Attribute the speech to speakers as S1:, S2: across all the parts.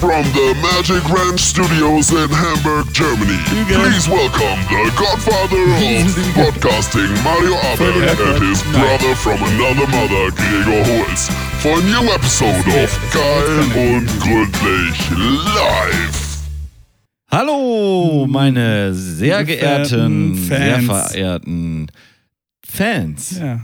S1: From the Magic Ranch Studios in Hamburg, Germany.
S2: Lüge.
S1: Please welcome the godfather of
S2: Lüge.
S1: podcasting, Mario Abel,
S2: Völliger
S1: and his
S2: Quatsch. Nein.
S1: brother from another mother, Gregor Holz, for a new episode of Geil und Gründlich Live.
S3: Hallo, meine sehr
S2: Sehr
S3: geehrten,
S2: verehrten
S3: sehr
S2: Fans.
S3: verehrten Fans.
S2: Ja.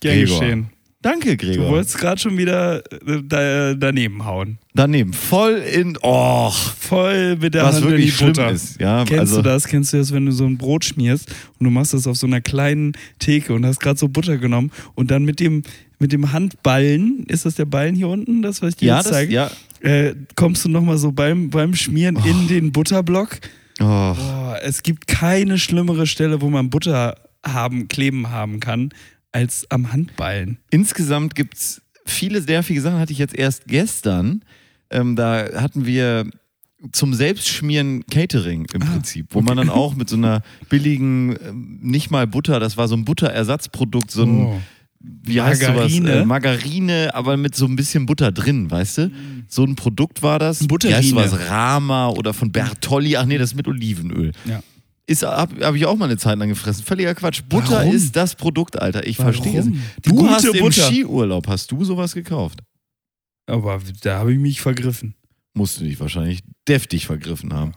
S2: Gern
S3: Gregor.
S2: geschehen.
S3: Danke,
S2: Du
S3: Gregor.
S2: wolltest gerade schon wieder äh, da, daneben hauen.
S3: Daneben, voll in, oh,
S2: Voll mit der
S3: was
S2: Hand in
S3: wirklich
S2: die
S3: schlimm
S2: Butter.
S3: ist. Ja,
S2: Kennst
S3: also,
S2: du das? Kennst du das, wenn du so ein Brot schmierst und du machst das auf so einer kleinen Theke und hast gerade so Butter genommen und dann mit dem, mit dem Handballen, ist das der Ballen hier unten, das, was ich dir
S3: Ja,
S2: jetzt
S3: das,
S2: zeige?
S3: ja.
S2: Äh, kommst du nochmal so beim, beim Schmieren in den Butterblock?
S3: Oh,
S2: Boah, es gibt keine schlimmere Stelle, wo man Butter haben, kleben haben kann, als am Handballen.
S3: Insgesamt gibt es viele nervige Sachen, hatte ich jetzt erst gestern. Ähm, da hatten wir zum Selbstschmieren Catering
S2: Ah,
S3: im Prinzip, wo man dann auch mit so einer billigen, ähm, nicht mal Butter, das war so ein Butterersatzprodukt, so
S2: Oh.
S3: ein, wie heißt
S2: Margarine?
S3: sowas? Äh, Margarine, aber mit so ein bisschen Butter drin, weißt du?
S2: Mhm.
S3: So ein Produkt war das.
S2: Butterine.
S3: Wie heißt sowas? Rama oder von Bertolli. Ach nee, das ist mit Olivenöl.
S2: Ja.
S3: Ist, hab, hab ich auch mal eine Zeit lang gefressen. Völliger Quatsch. Butter
S2: Warum?
S3: ist das Produkt, Alter. Ich
S2: Warum?
S3: verstehe es. nicht.
S2: Die
S3: Du
S2: gute
S3: hast im
S2: Butter.
S3: Skiurlaub, hast du sowas gekauft?
S2: Aber da habe ich mich vergriffen.
S3: Musst du dich wahrscheinlich deftig vergriffen haben.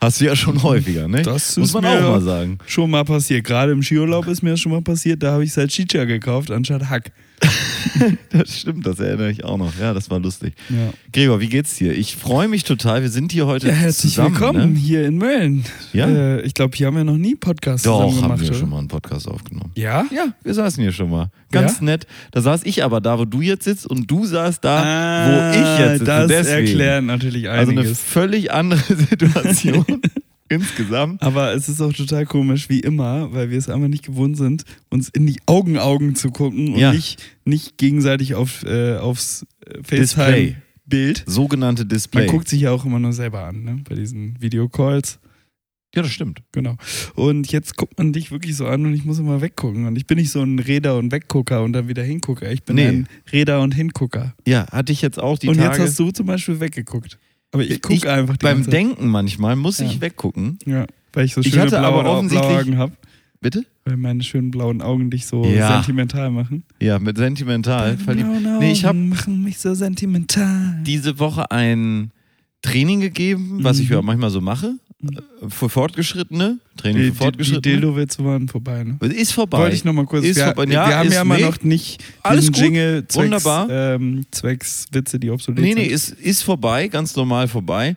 S3: Hast du ja schon häufiger, ne?
S2: Das ist
S3: Muss man
S2: mir-
S3: auch mal sagen.
S2: Schon mal passiert. Gerade im Skiurlaub ist mir das schon mal passiert. Da habe ich Salchicha gekauft anstatt Hack.
S3: Das stimmt, das erinnere ich auch noch. Ja, das war lustig.
S2: Ja.
S3: Gregor, wie geht's dir? Ich freue mich total. Wir sind hier heute
S2: Ja, herzlich
S3: zusammen.
S2: willkommen
S3: Ne?
S2: hier in Mölln.
S3: Ja.
S2: Äh, ich glaube, hier haben wir noch nie einen Podcast
S3: Doch,
S2: zusammen
S3: haben
S2: gemacht.
S3: wir
S2: oder?
S3: schon mal einen Podcast aufgenommen.
S2: Ja?
S3: Ja, wir saßen hier schon mal. Ganz nett. Da saß ich aber da, wo du jetzt sitzt und du saßt da, wo ich jetzt sitze.
S2: Ah, Das
S3: Deswegen.
S2: erklärt natürlich
S3: Also eine
S2: einiges.
S3: völlig andere Situation insgesamt.
S2: aber es ist auch total komisch, wie immer, weil wir es einfach nicht gewohnt sind, uns in die Augen Augen zu gucken und
S3: Ja.
S2: nicht, nicht gegenseitig auf, äh, aufs äh,
S3: Display.
S2: FaceTime-Bild.
S3: Sogenannte
S2: Man
S3: Display.
S2: guckt sich ja auch immer nur selber an, ne? bei diesen Videocalls.
S3: ja, das stimmt.
S2: Genau. Und jetzt guckt man dich wirklich so an und ich muss immer weggucken. Und ich bin nicht so ein Räder und Weggucker und dann wieder Hingucker. Ich bin
S3: Nee.
S2: ein Räder und Hingucker.
S3: Ja, hatte ich jetzt auch die
S2: und
S3: Tage.
S2: jetzt hast du zum Beispiel weggeguckt. Aber ich
S3: Ich-
S2: gucke einfach die
S3: beim
S2: ganze Zeit.
S3: Denken manchmal muss ich
S2: Ja.
S3: weggucken.
S2: Ja, weil ich so
S3: Ich
S2: schöne
S3: hatte
S2: blaue,
S3: aber
S2: blaue
S3: offensichtlich-
S2: Augen habe.
S3: Bitte?
S2: Weil meine schönen blauen Augen dich so
S3: Ja.
S2: sentimental machen.
S3: Ja, mit sentimental. verliebt.
S2: Blauen
S3: Nee, ich
S2: Augen
S3: habe
S2: machen mich so sentimental.
S3: diese Woche ein Training gegeben, was ich
S2: Mhm.
S3: ja manchmal so mache. äh, Für Fortgeschrittene. Training
S2: die,
S3: für
S2: die, die
S3: Fortgeschrittene.
S2: Dildo-Witze waren vorbei, ne?
S3: ist vorbei.
S2: Wollte ich nochmal kurz.
S3: Ist
S2: wir
S3: vorbei. Ja,
S2: wir haben
S3: ist-
S2: ja immer
S3: nee.
S2: noch nicht
S3: Alles
S2: diesen
S3: gut.
S2: Jingle zwecks,
S3: Wunderbar.
S2: Ähm, zwecks Witze, die obsolet
S3: Nee, nee,
S2: sind.
S3: ist, ist vorbei, ganz normal vorbei.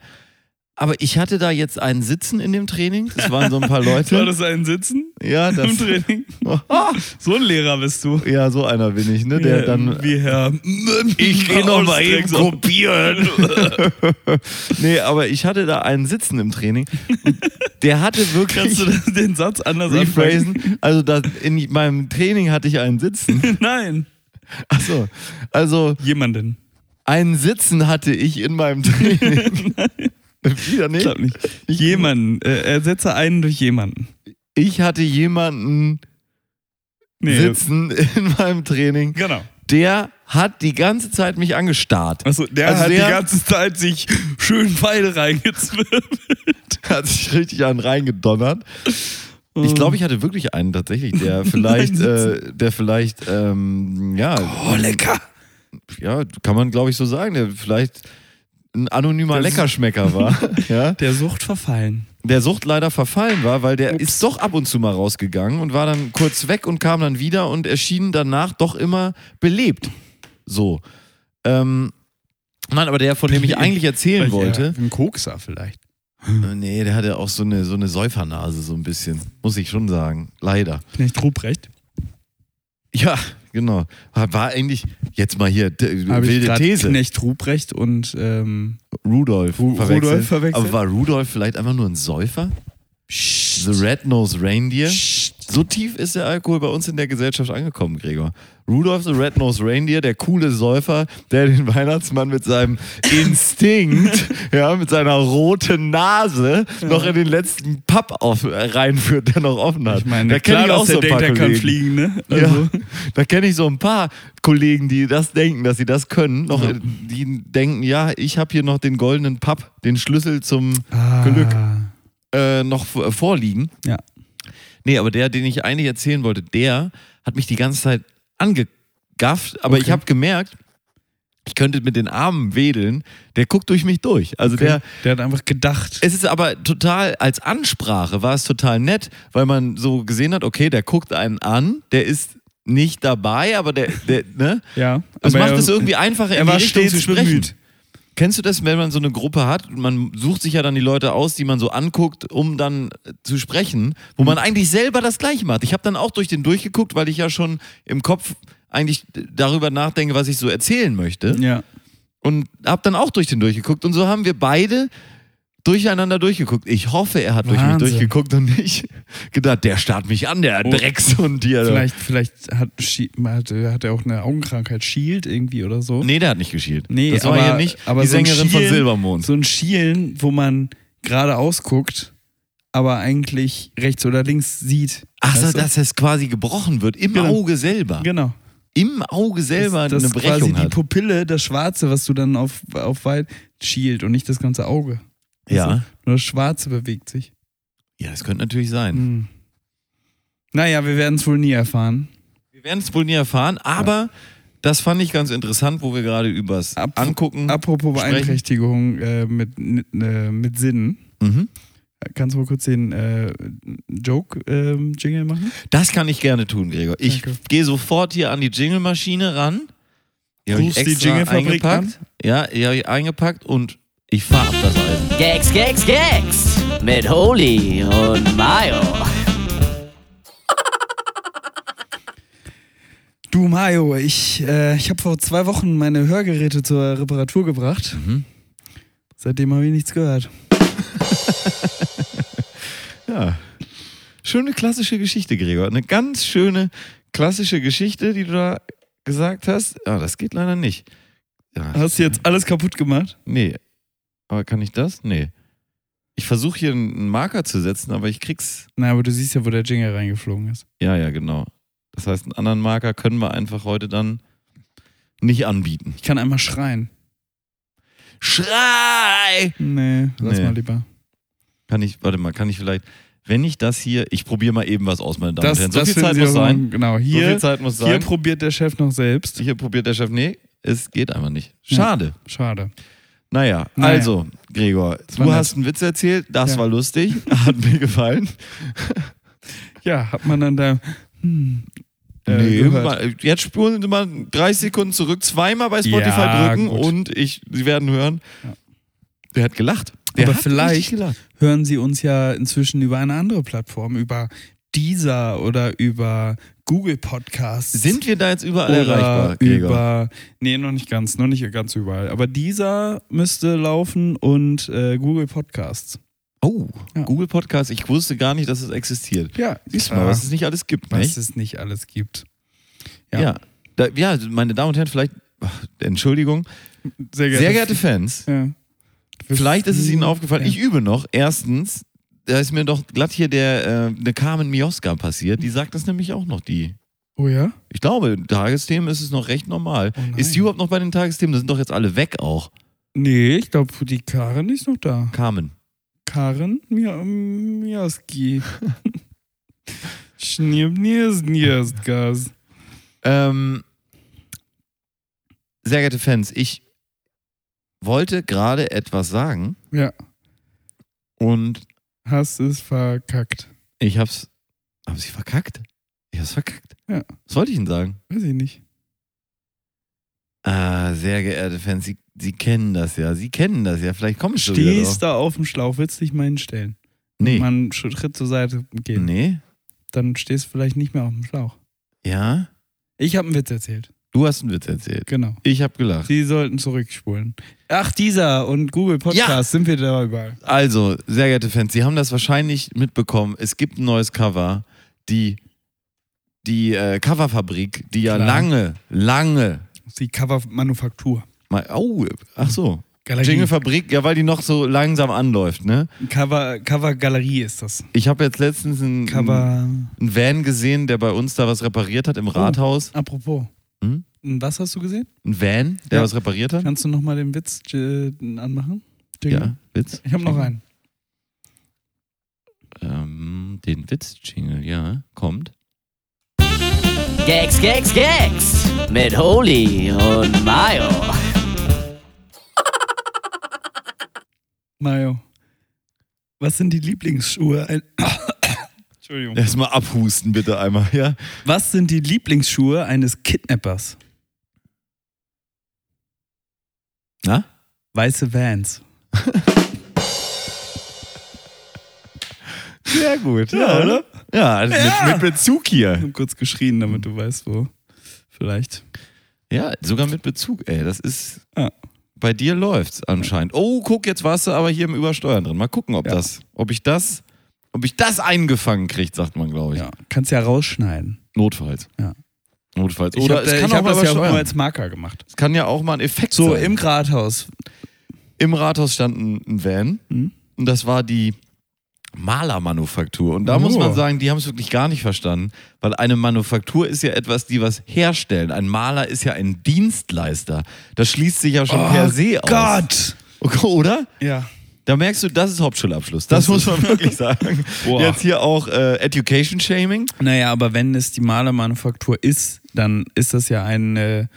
S3: Aber ich hatte da jetzt einen Sitzen in dem Training. Das waren so ein paar
S2: War
S3: Leute.
S2: das ein Sitzen?
S3: ja, das,
S2: im Training. So ein Lehrer bist du.
S3: ja, so einer bin ich, ne? Der
S2: Ja,
S3: dann.
S2: Wie Herr.
S3: Ich geh noch mal eben
S2: kopieren.
S3: Nee, aber ich hatte da einen Sitzen im Training. Und Der hatte wirklich.
S2: Kannst du das, den Satz anders anfangen?
S3: rephrasen? Also das, in meinem Training hatte ich einen Sitzen.
S2: Nein.
S3: Achso. Also
S2: Jemanden.
S3: einen Sitzen hatte ich in meinem Training. Wieder
S2: Ich
S3: nicht.
S2: glaube nicht. Jemanden. Äh, ersetze einen durch jemanden.
S3: Ich hatte jemanden sitzen in meinem Training.
S2: Genau.
S3: der hat die ganze Zeit mich angestarrt.
S2: Achso, der
S3: Also
S2: hat
S3: der-
S2: die ganze Zeit sich schön Pfeile reingezwirbelt.
S3: Hat sich richtig an reingedonnert.
S2: Oh.
S3: Ich glaube, ich hatte wirklich einen tatsächlich, der vielleicht, äh, der vielleicht, ähm, ja,
S2: Oh, lecker.
S3: ja, kann man glaube ich so sagen, der vielleicht ein anonymer
S2: Das-
S3: Leckerschmecker war, ja,
S2: Der Sucht verfallen.
S3: der Sucht leider verfallen war, weil der
S2: Ups.
S3: ist doch ab und zu mal rausgegangen und war dann kurz weg und kam dann wieder und erschien danach doch immer belebt. So. Ähm, Mann, aber der, von dem ich eigentlich erzählen wollte, äh,
S2: Ja, ein Kokser vielleicht.
S3: Nee, der hatte auch so eine, so eine Säufernase, so ein bisschen. Muss ich schon sagen. Leider.
S2: Knecht Ruprecht.
S3: Ja, genau. War war eigentlich jetzt mal hier d-
S2: Habe ich
S3: wilde
S2: grad
S3: These.
S2: Knecht Ruprecht und ähm,
S3: Rudolf,
S2: Ru-
S3: verwechselt.
S2: Rudolf verwechselt?
S3: Aber war Rudolf vielleicht einfach nur ein Säufer?
S2: Psst.
S3: The Red-Nosed Reindeer?
S2: Psst.
S3: So tief ist der Alkohol bei uns in der Gesellschaft angekommen, Gregor. Rudolph the Red-Nosed Reindeer, der coole Säufer, der den Weihnachtsmann mit seinem Instinkt, ja, mit seiner roten Nase noch in den letzten Pub auf, äh, reinführt, der noch offen hat.
S2: Ich meine,
S3: da kenn
S2: klar,
S3: ich auch
S2: dass der
S3: ein paar
S2: denkt, der kann
S3: Kollegen.
S2: fliegen, ne? Also,
S3: Ja, da kenne ich so ein paar Kollegen, die das denken, dass sie das können. Noch, äh, Die denken, ja, ich habe hier noch den goldenen Papp, den Schlüssel zum Glück äh, noch v- vorliegen.
S2: Ja.
S3: Nee, aber der, den ich eigentlich erzählen wollte, der hat mich die ganze Zeit angegafft, aber ich habe gemerkt, ich könnte mit den Armen wedeln, der guckt durch mich durch. Also der,
S2: der hat einfach gedacht.
S3: es ist aber total, als Ansprache war es total nett, weil man so gesehen hat, okay, der guckt einen an, der ist nicht dabei, aber der, der ne?
S2: Ja.
S3: Das
S2: aber
S3: macht
S2: er-
S3: es irgendwie einfacher,
S2: er
S3: in die
S2: war
S3: Richtung zu
S2: stets
S3: sprechen.
S2: bemüht.
S3: Kennst du das, wenn man so eine Gruppe hat und man sucht sich ja dann die Leute aus, die man so anguckt, um dann äh, zu sprechen,
S2: Mhm.
S3: wo man eigentlich selber das gleiche macht. Ich habe dann auch durch den durchgeguckt, weil ich ja schon im Kopf eigentlich darüber nachdenke, was ich so erzählen möchte
S2: Ja.
S3: und habe dann auch durch den durchgeguckt und so haben wir beide durcheinander durchgeguckt. Ich hoffe, er hat durch
S2: Wahnsinn.
S3: mich durchgeguckt und nicht gedacht, der starrt mich an, der
S2: Oh.
S3: Drecks und dir.
S2: Vielleicht, vielleicht hat, Shi- hat, hat er auch eine Augenkrankheit, Shield irgendwie oder so.
S3: Nee, der hat nicht geschielt.
S2: Nee,
S3: das war
S2: aber,
S3: ja nicht
S2: aber
S3: die
S2: so ein
S3: Sängerin von
S2: Schielen-
S3: Silbermond.
S2: So ein Schielen, wo man geradeaus guckt, aber eigentlich rechts oder links sieht.
S3: Ach so,
S2: Weißt du?
S3: dass es quasi gebrochen wird im
S2: Genau.
S3: Auge selber.
S2: Genau.
S3: Im Auge selber
S2: das ist
S3: eine
S2: quasi
S3: Brechung
S2: die
S3: hat.
S2: Pupille, das Schwarze, was du dann auf, auf weit schielt und nicht das ganze Auge. Weißt
S3: Ja.
S2: du? Nur das Schwarze bewegt sich.
S3: ja, das könnte natürlich sein.
S2: Hm. Naja, wir werden es wohl nie erfahren.
S3: Wir werden es wohl nie erfahren, aber das fand ich ganz interessant, wo wir gerade übers
S2: Ab-
S3: Angucken.
S2: Apropos
S3: Sprechen.
S2: Beeinträchtigung äh, mit, äh, mit Sinnen.
S3: Mhm.
S2: Kannst du mal kurz den äh, Joke-Jingle machen?
S3: Das kann ich gerne tun, Gregor. Ich
S2: Danke.
S3: gehe sofort hier an die Jingle-Maschine ran. Die hab ich
S2: Rufst die
S3: extra
S2: Jingle-Fabrik
S3: eingepackt. Ja, die habe ich eingepackt und ich fahre ab das Eisen.
S4: Gags, Gags, Gags mit Holy und Mayo.
S2: Du Mario, ich, äh, ich habe vor zwei Wochen meine Hörgeräte zur Reparatur gebracht. Seitdem habe ich nichts gehört.
S3: Ja. Schöne klassische Geschichte, Gregor. Eine ganz schöne klassische Geschichte, die du da gesagt hast. Ja, das geht leider nicht. Ja,
S2: Hast du jetzt alles kaputt gemacht?
S3: Nee. Aber kann ich das? Nee. Ich versuche hier einen Marker zu setzen, aber ich krieg's.
S2: Na, aber du siehst ja, wo der Jingle reingeflogen ist.
S3: Ja, ja, genau. Das heißt, einen anderen Marker können wir einfach heute dann nicht anbieten.
S2: Ich kann einmal schreien.
S3: Schrei!
S2: Nee, lass
S3: Nee.
S2: mal lieber.
S3: Kann ich, warte mal, kann ich vielleicht, wenn ich das hier, ich probiere mal eben was aus, meine Damen und Herren. So
S2: das
S3: viel
S2: finden
S3: Zeit
S2: Sie
S3: muss
S2: auch
S3: sein.
S2: noch- Genau,
S3: so viel
S2: hier,
S3: Zeit muss
S2: hier
S3: sein.
S2: probiert der Chef noch selbst.
S3: Hier probiert der Chef, nee, es geht einfach nicht. Schade.
S2: Schade.
S3: Naja,
S2: Naja.
S3: also, Gregor,
S2: war
S3: du
S2: nett.
S3: hast einen Witz erzählt, das
S2: Ja.
S3: war lustig, hat mir gefallen.
S2: Ja, hat man dann da. Hm, äh,
S3: nee,
S2: gehört.
S3: mal, jetzt spulen Sie mal 30 Sekunden zurück, zweimal bei Spotify
S2: Ja,
S3: drücken
S2: gut.
S3: und ich, Sie werden hören, der hat gelacht. Der
S2: Aber
S3: hat
S2: vielleicht-
S3: richtig gelacht.
S2: hören Sie uns ja inzwischen über eine andere Plattform, über Deezer oder über Google Podcasts.
S3: Sind wir da jetzt überall
S2: oder
S3: erreichbar, Gregor?
S2: über, nee, noch nicht ganz, noch nicht ganz überall. Aber dieser müsste laufen und äh, Google Podcasts.
S3: oh,
S2: Ja.
S3: Google Podcast, ich wusste gar nicht, dass es existiert.
S2: Ja,
S3: Siehst du mal, was es nicht alles gibt,
S2: was
S3: nicht?
S2: es nicht alles gibt.
S3: Ja. Ja. Da, ja, meine Damen und Herren, vielleicht, ach, Entschuldigung, sehr geehrte Fans,
S2: Ja.
S3: vielleicht ist es Ihnen aufgefallen,
S2: Ja.
S3: ich übe noch, erstens, da ist mir doch glatt hier der, äh, eine Carmen Mioska passiert, die sagt das nämlich auch noch, die.
S2: Oh ja?
S3: Ich glaube, in Tagesthemen ist es noch recht normal.
S2: Oh nein.
S3: ist die überhaupt noch bei den Tagesthemen? Da sind doch jetzt alle weg auch.
S2: Nee, ich glaube, die Karen ist noch da.
S3: Carmen.
S2: Karen Mia- Miaski. Schniebniesniesgas.
S3: Ähm, sehr geehrte Fans, ich wollte gerade etwas sagen
S2: Ja,
S3: und
S2: hast es verkackt.
S3: ich hab's. Haben sie verkackt? Ich hab's verkackt.
S2: Ja.
S3: Was wollte ich Ihnen sagen?
S2: Weiß ich nicht.
S3: Ah, sehr geehrte Fans, Sie, sie kennen das ja. Sie kennen das ja. Vielleicht kommst du wieder drauf.
S2: Stehst da auf dem Schlauch, willst dich mal hinstellen.
S3: Nee.
S2: Mal einen Schritt Schritt zur Seite gehen.
S3: Nee.
S2: Dann stehst du vielleicht nicht mehr auf dem Schlauch.
S3: Ja.
S2: Ich habe einen Witz erzählt.
S3: Du hast einen Witz erzählt.
S2: Genau.
S3: Ich hab gelacht.
S2: Sie sollten zurückspulen. Ach, dieser und Google Podcast
S3: Ja.
S2: sind wir da überall.
S3: Also, sehr geehrte Fans, Sie haben das wahrscheinlich mitbekommen. Es gibt ein neues Cover. die, die äh, Coverfabrik, die ja
S2: Klar.
S3: lange, lange.
S2: Das ist die Cover-Manufaktur.
S3: Mal, oh, ach so.
S2: Galerie.
S3: Jingle-Fabrik, ja, weil die noch so langsam anläuft, ne?
S2: Cover, Cover-Galerie ist das.
S3: Ich habe jetzt letztens einen, einen
S2: Cover. Oh.
S3: Van gesehen, der bei uns da was repariert hat im Rathaus.
S2: Apropos.
S3: Hm?
S2: Was hast du gesehen?
S3: Ein Van, der
S2: Ja.
S3: was repariert hat?
S2: Kannst du nochmal den Witz äh, anmachen? Jingle?
S3: Ja, Witz.
S2: Ich habe noch einen.
S3: Ähm, den Witz-Jingle, ja, kommt.
S4: Gags, Gags, Gags. Mit Holy und Mayo.
S2: Mario. Was sind die Lieblingsschuhe? Ein Entschuldigung.
S3: Erstmal abhusten bitte einmal, ja?
S2: Was sind die Lieblingsschuhe eines Kidnappers?
S3: Na?
S2: Weiße Vans.
S3: Sehr gut.
S2: Ja, oder?
S3: Ja, also Mit, mit Bezug
S2: Ich
S3: hier.
S2: habe kurz geschrien, damit du weißt, wo. Vielleicht.
S3: Ja, sogar mit Bezug, ey. Das ist.
S2: Ja.
S3: Bei dir läuft's anscheinend. Oh, guck, jetzt warst du aber hier im Übersteuern drin. Mal gucken, ob
S2: Ja.
S3: das, ob ich das, ob ich das eingefangen kriege, sagt man, glaube ich.
S2: Ja. Kannst ja rausschneiden.
S3: Notfalls.
S2: Ja.
S3: Notfalls.
S2: Ich
S3: Oder
S2: hab-
S3: es
S2: ich
S3: kann
S2: habe
S3: auch
S2: das ja auch
S3: übersteuern.
S2: nur als Marker gemacht.
S3: Es kann ja auch mal ein Effekt
S2: So,
S3: sein.
S2: im Rathaus.
S3: Im Rathaus stand ein, ein Van
S2: Mhm.
S3: und das war die Malermanufaktur. Und da
S2: Oh.
S3: muss man sagen, die haben es wirklich gar nicht verstanden, weil eine Manufaktur ist ja etwas, die was herstellen. Ein Maler ist ja ein Dienstleister. Das schließt sich ja schon per se aus.
S2: Oh Gott!
S3: Okay, Oder?
S2: Ja.
S3: Da merkst du, das ist Hauptschulabschluss. Das, muss man wirklich sagen.
S2: Boah.
S3: Jetzt hier auch äh, Education Shaming.
S2: Naja, aber wenn es die Malermanufaktur ist, dann ist das ja eine,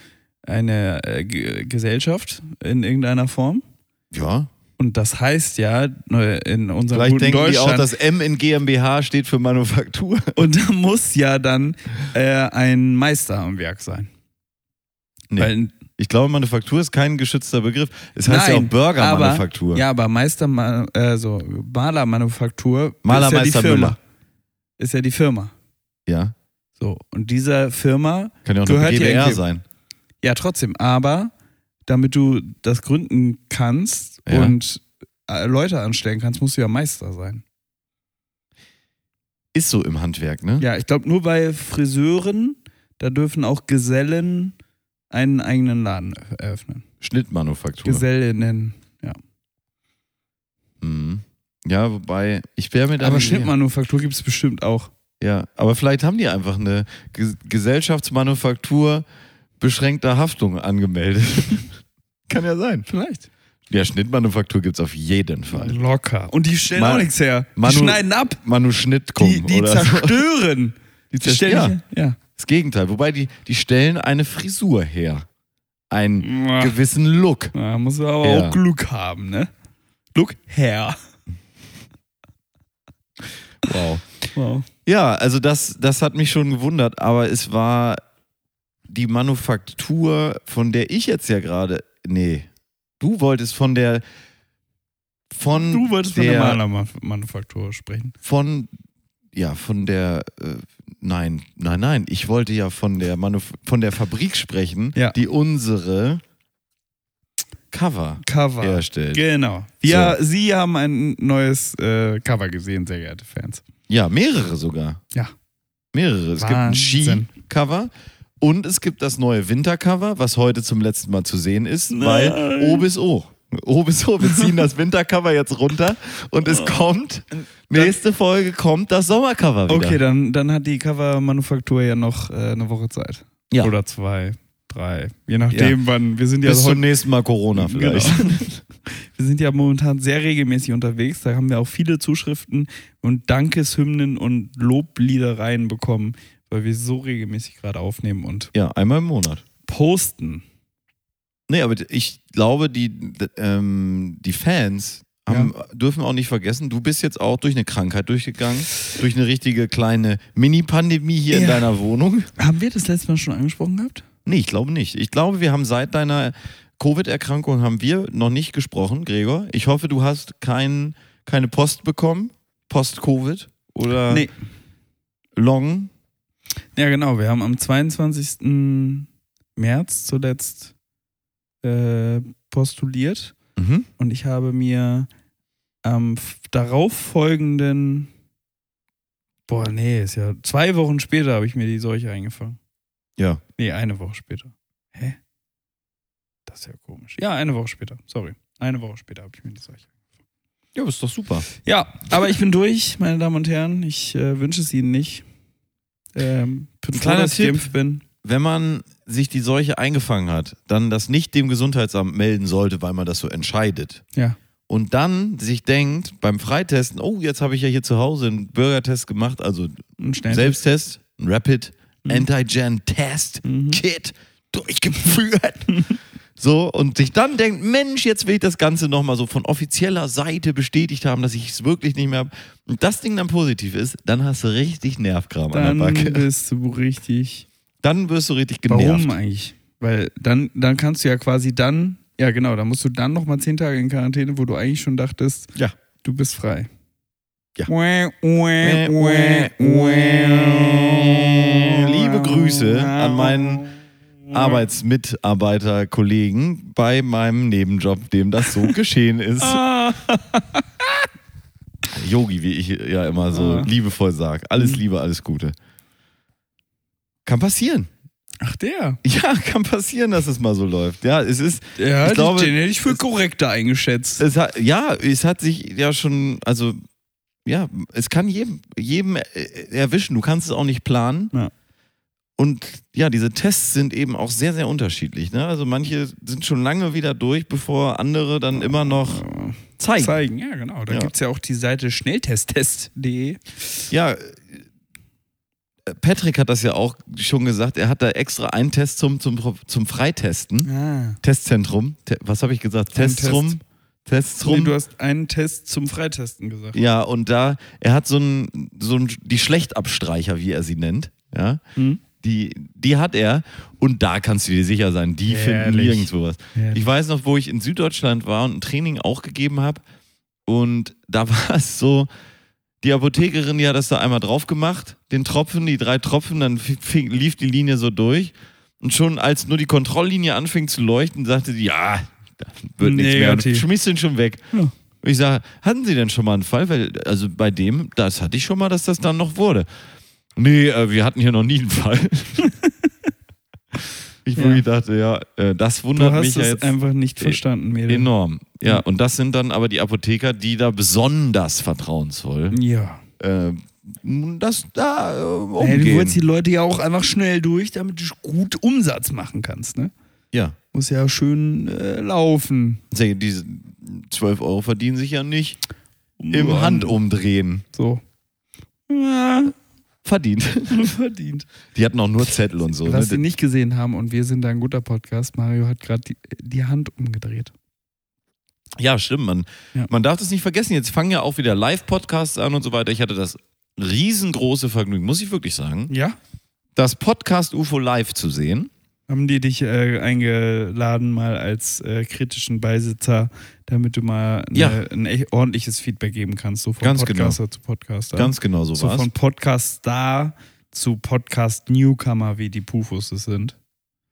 S2: eine äh, G- Gesellschaft in irgendeiner Form.
S3: Ja.
S2: Und das heißt ja, äh, in unserem
S3: Vielleicht
S2: guten
S3: denken die
S2: Deutschland,
S3: auch, das M in GmbH steht für Manufaktur.
S2: und da muss ja dann äh, ein Meister am Werk sein.
S3: Nee.
S2: Weil,
S3: Ich glaube, Manufaktur ist kein geschützter Begriff. Es heißt ja auch
S2: nein,
S3: Burgermanufaktur.
S2: Aber, ja, aber Meister, äh, so Malermanufaktur ist ja die
S3: Malermeister
S2: Firma.
S3: Müller.
S2: Ist ja die Firma.
S3: Ja.
S2: So. Und dieser Firma
S3: Kann ja auch
S2: Gehört
S3: eine
S2: ja
S3: GbR
S2: irgendwie-
S3: sein.
S2: Ja, trotzdem. Aber damit du das gründen kannst
S3: Ja.
S2: und äh, Leute anstellen kannst, musst du ja Meister sein.
S3: Ist so im Handwerk, ne?
S2: Ja, ich glaube, nur bei Friseuren, da dürfen auch Gesellen einen eigenen Laden erö- eröffnen.
S3: Schnittmanufaktur.
S2: Gesellinnen.
S3: Mhm. Ja, wobei, ich wäre mir da
S2: Aber
S3: nicht sicher.
S2: Schnittmanufaktur gibt es bestimmt auch.
S3: Ja, aber vielleicht haben die einfach eine Ge- Gesellschaftsmanufaktur beschränkter Haftung angemeldet. Kann ja sein.
S2: Vielleicht.
S3: Ja, Schnittmanufaktur gibt's auf jeden Fall.
S2: Locker. Und die stellen
S3: Ma-
S2: auch nichts her. Die
S3: Manu-
S2: schneiden ab.
S3: Manu Schnitt
S2: Die,
S3: kommen,
S2: die
S3: oder? so.
S2: zerstören.
S3: Die
S2: Die
S3: zerstört. Ja,
S2: stellen- ja.
S3: das Gegenteil. Wobei die, die stellen eine Frisur her. Einen
S2: ja.
S3: gewissen Look.
S2: Da muss man aber
S3: Ja.
S2: auch Glück haben, ne? Glück her.
S3: Wow.
S2: Wow.
S3: Ja, also das, das hat mich schon gewundert, aber es war die Manufaktur, von der ich jetzt ja gerade. Nee, du wolltest von der. Von
S2: Du wolltest von der Malermanufaktur sprechen.
S3: Von. Ja, von der. Äh, nein, nein, nein. Ich wollte ja von der, Manuf von der Fabrik sprechen,
S2: Ja.
S3: die unsere Cover
S2: Cover.
S3: herstellt.
S2: Genau. Ja, Sie haben ein neues äh, Cover gesehen, sehr geehrte Fans.
S3: Ja, mehrere sogar.
S2: Ja.
S3: Mehrere. Es gibt ein
S2: Wahnsinn.
S3: Ski-Cover und es gibt das neue Wintercover, was heute zum letzten Mal zu sehen ist,
S2: Nein.
S3: weil O bis O. O bis O. Wir ziehen das Wintercover jetzt runter und
S2: Oh.
S3: es kommt, nächste Folge kommt das Sommercover wieder.
S2: Okay, dann, dann hat die Cover-Manufaktur ja noch äh, eine Woche Zeit.
S3: Ja.
S2: Oder zwei, drei. Je nachdem, wann. Wir sind ja
S3: Bis
S2: heute-
S3: zum nächsten Mal Corona vielleicht.
S2: Genau. Wir sind ja momentan sehr regelmäßig unterwegs. Da haben wir auch viele Zuschriften und Dankeshymnen und Lobliedereien bekommen, weil wir so regelmäßig gerade aufnehmen und
S3: Ja, einmal im Monat.
S2: posten.
S3: Nee, aber ich glaube, die, d- ähm, die Fans haben, dürfen auch nicht vergessen, du bist jetzt auch durch eine Krankheit durchgegangen, durch eine richtige kleine Mini-Pandemie hier in
S2: Ja.
S3: deiner Wohnung.
S2: Haben wir das letzte Mal schon angesprochen gehabt?
S3: Nee, ich glaube nicht. Ich glaube, wir haben seit deiner Covid-Erkrankung haben wir noch nicht gesprochen, Gregor. Ich hoffe, du hast kein, keine Post bekommen, Post-Covid oder
S2: Nee.
S3: Long.
S2: Ja, genau. Wir haben am 22. März zuletzt äh, postuliert
S3: Mhm.
S2: und ich ähm, habe mir am f- darauffolgenden Boah, nee, ist ja. Zwei Wochen später habe ich mir die Seuche eingefangen.
S3: Ja.
S2: Nee, eine Woche später. Hä? Das ist ja komisch. Ja, eine Woche später. Sorry. Eine Woche später habe ich mir die Seuche.
S3: Ja, ist doch super.
S2: Ja, aber ich bin durch, meine Damen und Herren. Ich äh, wünsche es Ihnen nicht. Ähm, bin froh,
S3: kleiner
S2: dass ich
S3: Tipp.
S2: geimpft bin.
S3: Wenn man sich die Seuche eingefangen hat, dann das nicht dem Gesundheitsamt melden sollte, weil man das so entscheidet.
S2: Ja.
S3: Und dann sich denkt beim Freitesten, oh, jetzt habe ich ja hier zu Hause einen Bürgertest gemacht, also
S2: Und schnell.
S3: Selbsttest, ein Rapid
S2: Mhm.
S3: Antigen-Test, Kit, durchgeführt. so, und sich dann denkt, Mensch, jetzt will ich das Ganze nochmal so von offizieller Seite bestätigt haben, dass ich es wirklich nicht mehr habe. Und das Ding dann positiv ist, dann hast du richtig Nervkram
S2: dann
S3: an der Backe.
S2: bist du richtig.
S3: Dann wirst du richtig genervt.
S2: Warum eigentlich? Weil dann, dann kannst du ja quasi dann, ja genau, dann musst du dann nochmal zehn Tage in Quarantäne, wo du eigentlich schon dachtest,
S3: Ja.
S2: du bist frei.
S3: Ja.
S2: Uäh, uäh, uäh, uäh.
S3: Liebe Grüße an meinen Arbeitsmitarbeiter, Kollegen Mhm. bei meinem Nebenjob, dem das so geschehen ist.
S2: Ah.
S3: Yogi, wie ich ja immer so
S2: Ah.
S3: liebevoll sage. Alles Liebe, alles Gute. Kann passieren.
S2: Ach der.
S3: Ja, kann passieren, dass es mal so läuft. Ja, es ist,
S2: Ja,
S3: Ich glaube, Äh,
S2: den hätte ich für korrekter eingeschätzt.
S3: es hat, ja, es hat sich ja schon, also ja, es kann jedem, jedem äh, erwischen. Du kannst es auch nicht planen.
S2: Ja.
S3: Und ja, diese Tests sind eben auch sehr, sehr unterschiedlich. Ne? Also manche sind schon lange wieder durch, bevor andere dann immer noch zeigen.
S2: Zeigen, ja genau. Da
S3: Ja.
S2: gibt's gibt es ja auch die Seite schnelltesttest.de.
S3: Ja, äh, Patrick hat das ja auch schon gesagt. Er hat da extra einen Test zum, zum, zum Freitesten.
S2: Ah.
S3: Testzentrum. Te was habe ich gesagt?
S2: Ein Test.
S3: Testrum. Testrum.
S2: Nee, du hast einen Test zum Freitesten gesagt.
S3: ja, und da, er hat so ein, so ein, die Schlechtabstreicher, wie er sie nennt. Ja.
S2: Hm?
S3: Die, die hat er und da kannst du dir sicher sein, die finden
S2: Ehrlich.
S3: nirgendwo was.
S2: Ehrlich.
S3: Ich weiß noch, wo ich in Süddeutschland war und ein Training auch gegeben habe und da war es so, die Apothekerin, die hat das da einmal drauf gemacht, den Tropfen, die drei Tropfen, dann f- fing, lief die Linie so durch und schon als nur die Kontrolllinie anfing zu leuchten, sagte die, ja, da wird nichts mehr,
S2: Negativ.
S3: schmiss den schon weg.
S2: Ja.
S3: Und Ich sage, hatten Sie denn schon mal einen Fall? Weil, also bei dem, das hatte ich schon mal, dass das dann noch wurde. Nee, äh, wir hatten hier noch nie einen Fall. ich
S2: Ja.
S3: wirklich dachte, ja, äh, das
S2: Du
S3: wundert mich
S2: hast
S3: ja
S2: es Hm.
S3: jetzt
S2: einfach nicht verstanden, Mädel.
S3: enorm. Ja, und das sind dann aber die Apotheker, die da besonders vertrauensvoll
S2: Ja.
S3: äh, das da äh,
S2: Hm. Hey, du
S3: umgehen.
S2: holst die Leute ja auch einfach schnell durch, damit du gut Umsatz machen kannst, ne?
S3: ja,
S2: Muss ja schön äh, laufen.
S3: Sehr- diese 12 Euro verdienen sich ja nicht im Handumdrehen.
S2: So. Ja,
S3: Verdient.
S2: verdient.
S3: Die hatten auch nur Zettel und so.
S2: Was sie
S3: Ne?
S2: nicht gesehen haben, und wir sind da ein guter Podcast, Mario hat gerade die, die Hand umgedreht.
S3: Ja, stimmt. Man,
S2: Ja.
S3: man darf das nicht vergessen. Jetzt fangen ja auch wieder Live-Podcasts an und so weiter. Ich hatte das riesengroße Vergnügen, muss ich wirklich sagen,
S2: Ja?
S3: das Podcast UFO Live zu sehen.
S2: Haben die dich äh, eingeladen, mal als äh, kritischen Beisitzer, damit du mal ne,
S3: Ja.
S2: ein echt ordentliches Feedback geben kannst, so von
S3: Ganz genau.
S2: Podcaster zu Podcaster.
S3: Ganz genau so,
S2: so
S3: war's.
S2: von Podcast-Star zu Podcast-Newcomer, wie die Pufos es sind.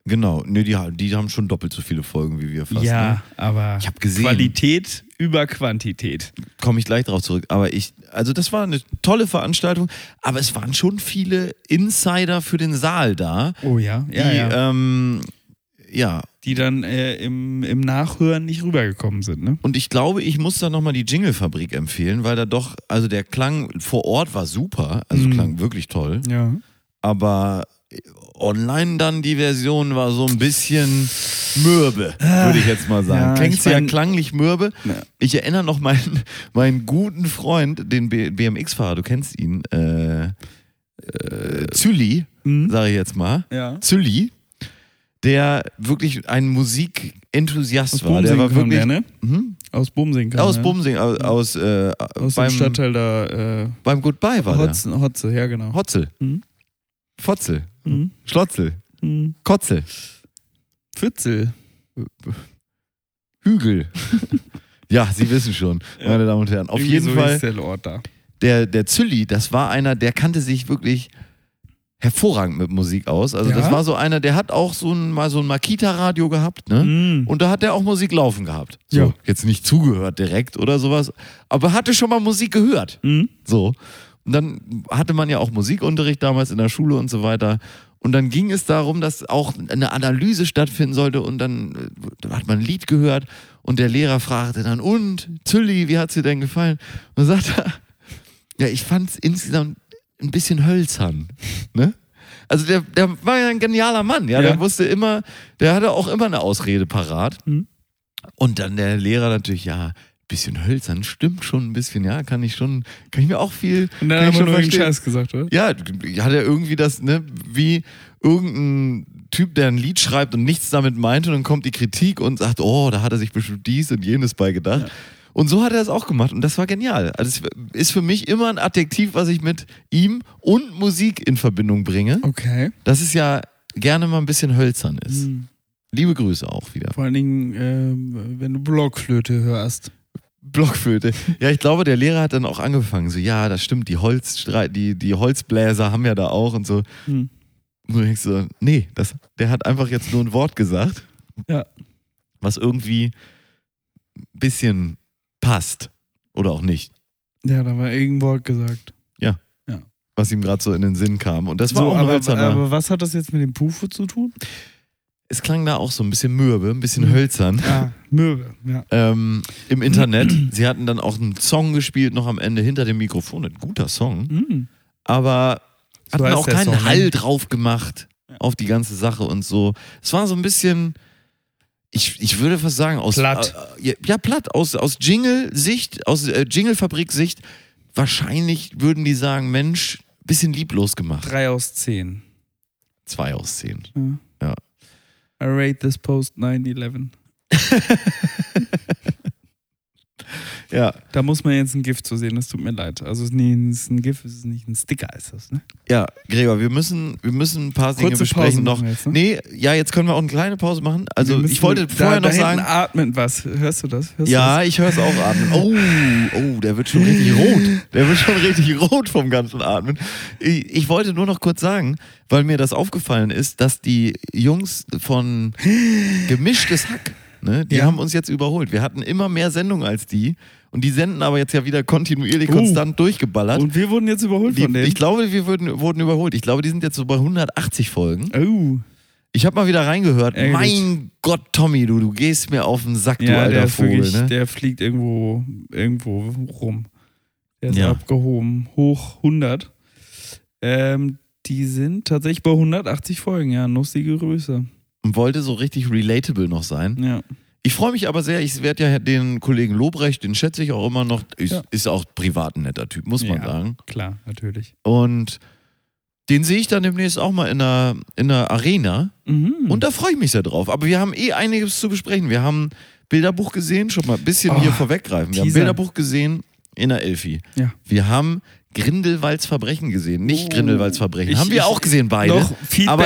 S3: Genau. Nee, die, die haben schon doppelt so viele Folgen wie wir fast. Ne?
S2: aber
S3: Ich habe gesehen.
S2: Qualität über Quantität.
S3: komme ich gleich drauf zurück. Aber ich, also das war eine tolle Veranstaltung, aber es waren schon viele Insider für den Saal da,
S2: Oh ja,
S3: die, Ähm, ja.
S2: die dann äh, im, im Nachhören nicht rübergekommen sind, ne?
S3: Und ich glaube, ich muss da nochmal die Jingle-Fabrik empfehlen, weil da doch, also der Klang vor Ort war super, also
S2: Mhm.
S3: klang wirklich toll,
S2: Ja.
S3: aber online dann die Version war so ein bisschen mürbe, würde ich jetzt mal sagen.
S2: ja,
S3: Klingt
S2: ich
S3: sehr
S2: mein-
S3: klanglich mürbe.
S2: Ja.
S3: Ich erinnere noch meinen, meinen guten Freund, den B- BMX-Fahrer, du kennst ihn, äh, äh, Zülli,
S2: Mhm.
S3: sage ich jetzt mal.
S2: Ja.
S3: Zülli, der wirklich ein Musikenthusiast
S2: Aus
S3: war. Der
S2: Bumsing
S3: war
S2: kam
S3: wirklich
S2: der, ne?
S3: Mhm.
S2: Aus Bumsing kam
S3: aus
S2: der.
S3: Bumsing, aus, aus, äh,
S2: Aus dem
S3: beim,
S2: Stadtteil da, äh,
S3: beim Goodbye war der.
S2: Hotze, Hotze, ja genau.
S3: Hotzel.
S2: Mhm.
S3: Fotzel.
S2: Mhm.
S3: Schlotzel.
S2: Mhm.
S3: Kotzel.
S2: Pfützel.
S3: Hügel. ja, Sie wissen schon, meine Damen und Herren. Auf
S2: Irgendwie
S3: jeden
S2: so
S3: Fall.
S2: Ist der Ort da.
S3: der, der Zülli, das war einer, der kannte sich wirklich hervorragend mit Musik aus. Also
S2: Ja?
S3: das war so einer, der hat auch so ein, mal so ein Makita-Radio gehabt, ne?
S2: Mhm.
S3: Und da hat er auch Musik laufen gehabt. So,
S2: Ja.
S3: jetzt nicht zugehört direkt oder sowas, aber hatte schon mal Musik gehört.
S2: Mhm.
S3: So. Und dann hatte man ja auch Musikunterricht damals in der Schule und so weiter. Und dann ging es darum, dass auch eine Analyse stattfinden sollte. Und dann äh, hat man ein Lied gehört und der Lehrer fragte dann, und Zülli, wie hat's dir denn gefallen? Und dann sagt er, ja, ich fand's insgesamt ein bisschen hölzern. Ne? Also der, der war ja ein genialer Mann, ja,
S2: Ja.
S3: der wusste immer, der hatte auch immer eine Ausrede parat.
S2: Mhm.
S3: Und dann der Lehrer natürlich, ja, ein bisschen hölzern, stimmt schon ein bisschen, ja, kann ich schon, kann ich mir auch viel.
S2: Und
S3: kann
S2: dann
S3: ich
S2: haben wir
S3: schon
S2: nur den
S3: verstehen.
S2: Scheiß gesagt, oder?
S3: Ja, hat er irgendwie das, ne, wie irgendein Typ, der ein Lied schreibt und nichts damit meint und dann kommt die Kritik und sagt, oh, da hat er sich bestimmt dies und jenes bei gedacht. Und so hat er das auch gemacht und das war genial. Also es ist für mich immer ein Adjektiv, was ich mit ihm und Musik in Verbindung bringe,
S2: Okay.
S3: dass es ja gerne mal ein bisschen hölzern ist.
S2: Mhm.
S3: Liebe Grüße auch wieder.
S2: Vor allen Dingen, ähm, wenn du Blockflöte hörst.
S3: Blockflöte. Ja, ich glaube, der Lehrer hat dann auch angefangen. So, ja, das stimmt, die, Holzstre die, die Holzbläser haben ja da auch und so.
S2: Hm.
S3: Und du denkst so, nee, das, der hat einfach jetzt nur ein Wort gesagt.
S2: Ja.
S3: Was irgendwie ein bisschen passt. Oder auch nicht.
S2: Ja, da war irgendwo gesagt.
S3: Was ihm gerade so in den Sinn kam. Und das war
S2: so,
S3: auch ein
S2: aber,
S3: hölzerner.
S2: aber was hat das jetzt mit dem Pufo zu tun?
S3: es klang da auch so ein bisschen mürbe, ein bisschen hölzern.
S2: Ah, Möwe, ja.
S3: Ähm, Im Internet. Sie hatten dann auch einen Song gespielt, noch am Ende hinter dem Mikrofon. Ein guter Song.
S2: Mhm.
S3: aber
S2: So
S3: hat man
S2: heißt
S3: auch
S2: der
S3: keinen
S2: Song, ne?
S3: Hall drauf gemacht auf die ganze Sache und so. Es war so ein bisschen, ich, ich würde fast sagen, aus
S2: Platt.
S3: Äh, äh, ja, platt, aus, aus Jingle-Sicht, aus äh, Jingle-Fabrik-Sicht, wahrscheinlich würden die sagen, Mensch, bisschen lieblos gemacht.
S2: Drei aus zehn.
S3: Zwei aus zehn.
S2: I rate this post 9-11.
S3: Ja,
S2: Da muss man jetzt ein GIF zu sehen, das tut mir leid. Also es ist, nie, es ist ein GIF, es ist nicht ein Sticker, ist das, ne?
S3: ja, Gregor, wir müssen, wir müssen ein paar Dinge
S2: Kurze Pause
S3: besprechen noch.
S2: machen wir jetzt, ne?
S3: Nee, ja, jetzt können wir auch eine kleine Pause machen.
S2: Wir
S3: Also
S2: müssen-
S3: ich wollte
S2: da,
S3: vorher
S2: da
S3: noch
S2: hinten
S3: sagen,
S2: atmet was. Hörst du das? Hörst
S3: Ja, ich höre es auch atmen. Oh, oh, der wird schon richtig rot. Der wird schon richtig rot vom ganzen Atmen. Ich, ich wollte nur noch kurz sagen, weil mir das aufgefallen ist, dass die Jungs von Gemischtes Hack, ne, die
S2: Ja.
S3: haben uns jetzt überholt. Wir hatten immer mehr Sendungen als die und die senden aber jetzt ja wieder kontinuierlich,
S2: Uh.
S3: konstant
S2: du
S3: durchgeballert.
S2: das? Und wir wurden jetzt überholt
S3: Die,
S2: von denen.
S3: ich glaube, wir würden, wurden überholt. Ich glaube, die sind jetzt so bei 180 Folgen.
S2: oh,
S3: Ich habe mal wieder reingehört.
S2: Ey, gut.
S3: mein Gott, Tommy, du, du gehst mir auf den Sack, du
S2: ja,
S3: alter
S2: der, ist
S3: Vogel.
S2: wirklich,
S3: ne?
S2: der fliegt irgendwo, irgendwo rum. Der ist
S3: Ja.
S2: abgehoben, hoch 100. Ähm, die sind tatsächlich bei 180 Folgen, ja, nussige Grüße.
S3: und wollte so richtig relatable noch sein.
S2: Ja.
S3: Ich freue mich aber sehr, ich werde ja den Kollegen Lobrecht, den schätze ich auch immer noch, ist,
S2: Ja.
S3: ist auch privat ein netter Typ, muss man
S2: Ja.
S3: sagen.
S2: Klar, natürlich.
S3: Und den sehe ich dann demnächst auch mal in der, in der Arena
S2: Mhm.
S3: und da freue ich mich sehr drauf. Aber wir haben eh einiges zu besprechen. Wir haben Bilderbuch gesehen, schon mal ein bisschen
S2: Oh,
S3: hier vorweggreifen. Wir haben
S2: Teaser.
S3: Bilderbuch gesehen in der Elfi.
S2: Ja.
S3: Wir haben Grindelwalds Verbrechen gesehen, nicht
S2: Oh.
S3: Grindelwalds Verbrechen.
S2: Ich-
S3: haben wir
S2: ich-
S3: auch gesehen beide.
S2: noch
S3: aber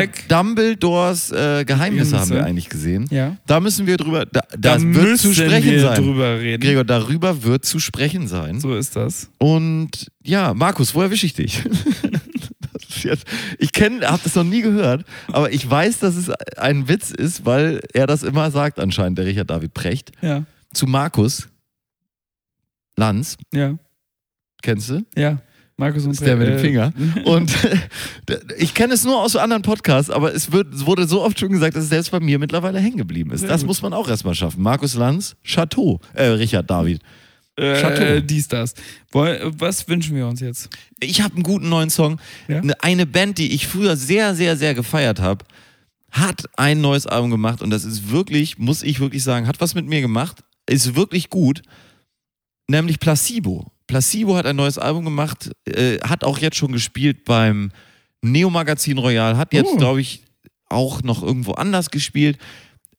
S2: Feedback.
S3: Dumbledores äh, Geheimnisse haben wir
S2: Geheimnisse.
S3: eigentlich gesehen.
S2: ja.
S3: Da müssen wir drüber, da,
S2: Da
S3: das wird zu
S2: müssen
S3: sprechen
S2: wir
S3: sein.
S2: drüber reden.
S3: Gregor, darüber wird zu sprechen sein.
S2: So ist das.
S3: Und ja, Markus, wo erwische ich dich? das ist jetzt, ich kenne, habe das noch nie gehört, aber ich weiß, dass es ein Witz ist, weil er das immer sagt anscheinend, der Richard David Precht.
S2: Ja,
S3: Zu Markus Lanz,
S2: ja,
S3: kennst du?
S2: ja. Markus und
S3: Ist der mit dem
S2: äh,
S3: Finger. Und ich kenne es nur aus anderen Podcasts, aber es wird, es wurde so oft schon gesagt, dass es selbst bei mir mittlerweile hängen geblieben ist.
S2: Sehr
S3: das
S2: gut.
S3: muss man auch erstmal schaffen. Markus Lanz, Chateau, äh, Richard David. Chateau.
S2: Äh, dies, das. Woll- Was wünschen wir uns jetzt?
S3: Ich habe einen guten neuen Song.
S2: Ja?
S3: Ne- Eine Band, die ich früher sehr, sehr, sehr gefeiert habe, hat ein neues Album gemacht und das ist wirklich, muss ich wirklich sagen, hat was mit mir gemacht, ist wirklich gut, nämlich Placebo. Placebo hat ein neues Album gemacht, äh, hat auch jetzt schon gespielt beim Neo Magazin Royal, hat jetzt,
S2: Oh.
S3: glaube ich, auch noch irgendwo anders gespielt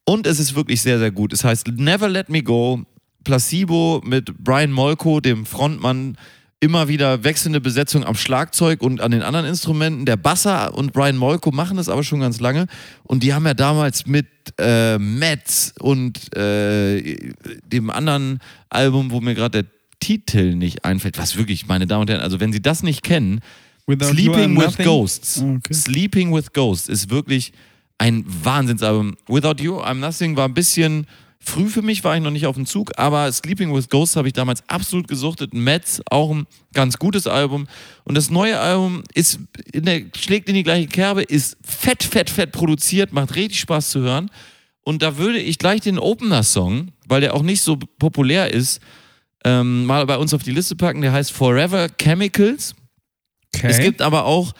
S3: und es ist wirklich sehr, sehr gut. Es heißt Never Let Me Go, Placebo mit Brian Molko, dem Frontmann, immer wieder wechselnde Besetzung am Schlagzeug und an den anderen Instrumenten. Der Basser und Brian Molko machen das aber schon ganz lange. Und die haben ja damals mit äh, Metz und äh, dem anderen Album, wo mir gerade der Titel nicht einfällt, was wirklich, meine Damen und Herren, also wenn Sie das nicht kennen,
S2: Without you
S3: Sleeping
S2: I'm
S3: with
S2: nothing?
S3: Ghosts.
S2: Ah, Okay.
S3: Sleeping with Ghosts ist wirklich ein Wahnsinnsalbum. Without You, I'm Nothing war ein bisschen Früh für mich war ich noch nicht auf dem Zug, aber Sleeping with Ghosts habe ich damals absolut gesuchtet. Metz, auch ein ganz gutes Album. Und das neue Album ist in der, schlägt in die gleiche Kerbe, ist fett, fett, fett produziert, macht richtig Spaß zu hören. Und da würde ich gleich den Opener-Song, weil der auch nicht so populär ist, ähm, mal bei uns auf die Liste packen. Der heißt Forever Chemicals.
S2: Okay.
S3: Es gibt aber auch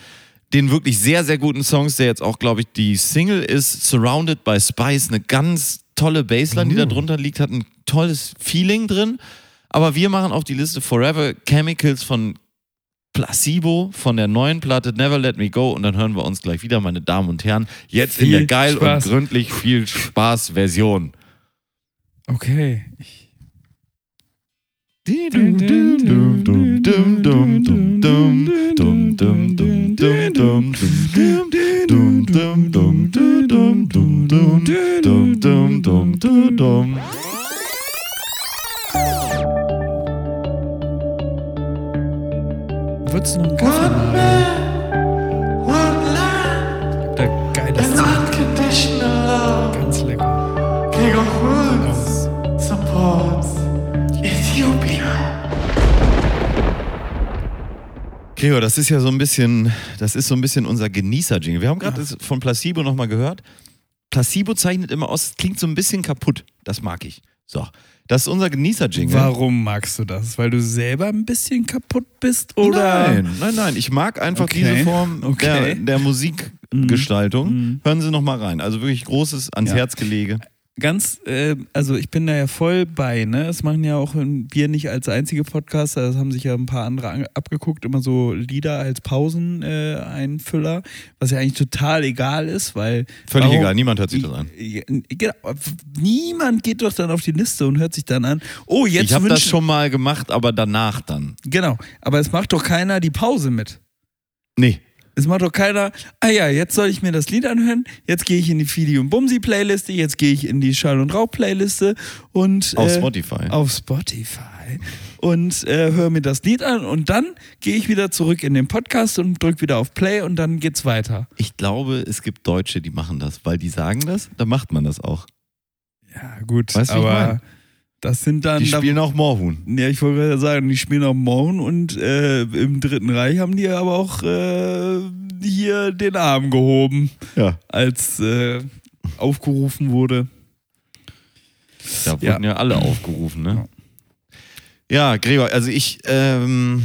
S3: den wirklich sehr, sehr guten Songs, der jetzt auch, glaube ich, die Single ist, Surrounded by Spice, eine ganz tolle Bassline, die da drunter liegt, hat ein tolles Feeling drin. Aber wir machen auf die Liste Forever Chemicals von Placebo, von der neuen Platte Never Let Me Go und dann hören wir uns gleich wieder, meine Damen und Herren, jetzt in
S2: Viel
S3: der geil
S2: Spaß.
S3: und gründlich viel Spaß Version.
S2: okay. Würdest du noch einen Kaffee machen? Da geiles Zeug, ganz lecker.
S3: Gregor, das ist ja so ein bisschen, das ist so ein bisschen unser Genießer-Jingle. Wir haben gerade das von Placebo nochmal gehört. Placebo zeichnet immer aus, es klingt so ein bisschen kaputt. Das mag ich. So, das ist unser Genießer-Jingle.
S2: Warum magst du das? Weil du selber ein bisschen kaputt bist oder?
S3: Nein, nein, nein. Ich mag einfach
S2: Okay,
S3: diese Form der,
S2: okay.
S3: der Musikgestaltung. Hören Sie noch mal rein. Also wirklich großes ans
S2: Ja.
S3: Herz gelege.
S2: Ganz, äh, also ich bin da ja voll bei, ne? Das machen ja auch ähm, wir nicht als einzige Podcaster, das haben sich ja ein paar andere an, abgeguckt, immer so Lieder als Pauseneinfüller, äh, Einfüller, was ja eigentlich total egal ist, weil.
S3: Völlig
S2: warum-
S3: egal, niemand hört sich das an.
S2: Ja, Genau, niemand geht doch dann auf die Liste und hört sich dann an, oh, jetzt
S3: ich habe das
S2: wünschen-
S3: schon mal gemacht, aber danach dann.
S2: Genau, aber es macht doch keiner die Pause mit.
S3: Nee.
S2: Es macht doch keiner, ah ja, jetzt soll ich mir das Lied anhören, jetzt gehe ich in die Fidi und Bumsi-Playliste, jetzt gehe ich in die Schall- und Rauch-Playliste und
S3: Auf
S2: äh,
S3: Spotify.
S2: auf Spotify und äh, höre mir das Lied an und dann gehe ich wieder zurück in den Podcast und drücke wieder auf Play und dann geht's weiter.
S3: Ich glaube, es gibt Deutsche, die machen das, weil die sagen das, dann macht man das auch.
S2: Ja, gut,
S3: Weißt du, wie ich
S2: aber
S3: mein?
S2: das sind dann...
S3: Die
S2: Ähm, da-
S3: spielen auch Moorhuhn.
S2: ja, ich wollte gerade sagen, die spielen auch morgen und äh, im Dritten Reich haben die aber auch äh, hier den Arm gehoben.
S3: Ja.
S2: als äh, aufgerufen wurde.
S3: Da wurden ja, alle aufgerufen, ne? Ja, Gregor, also ich, ähm,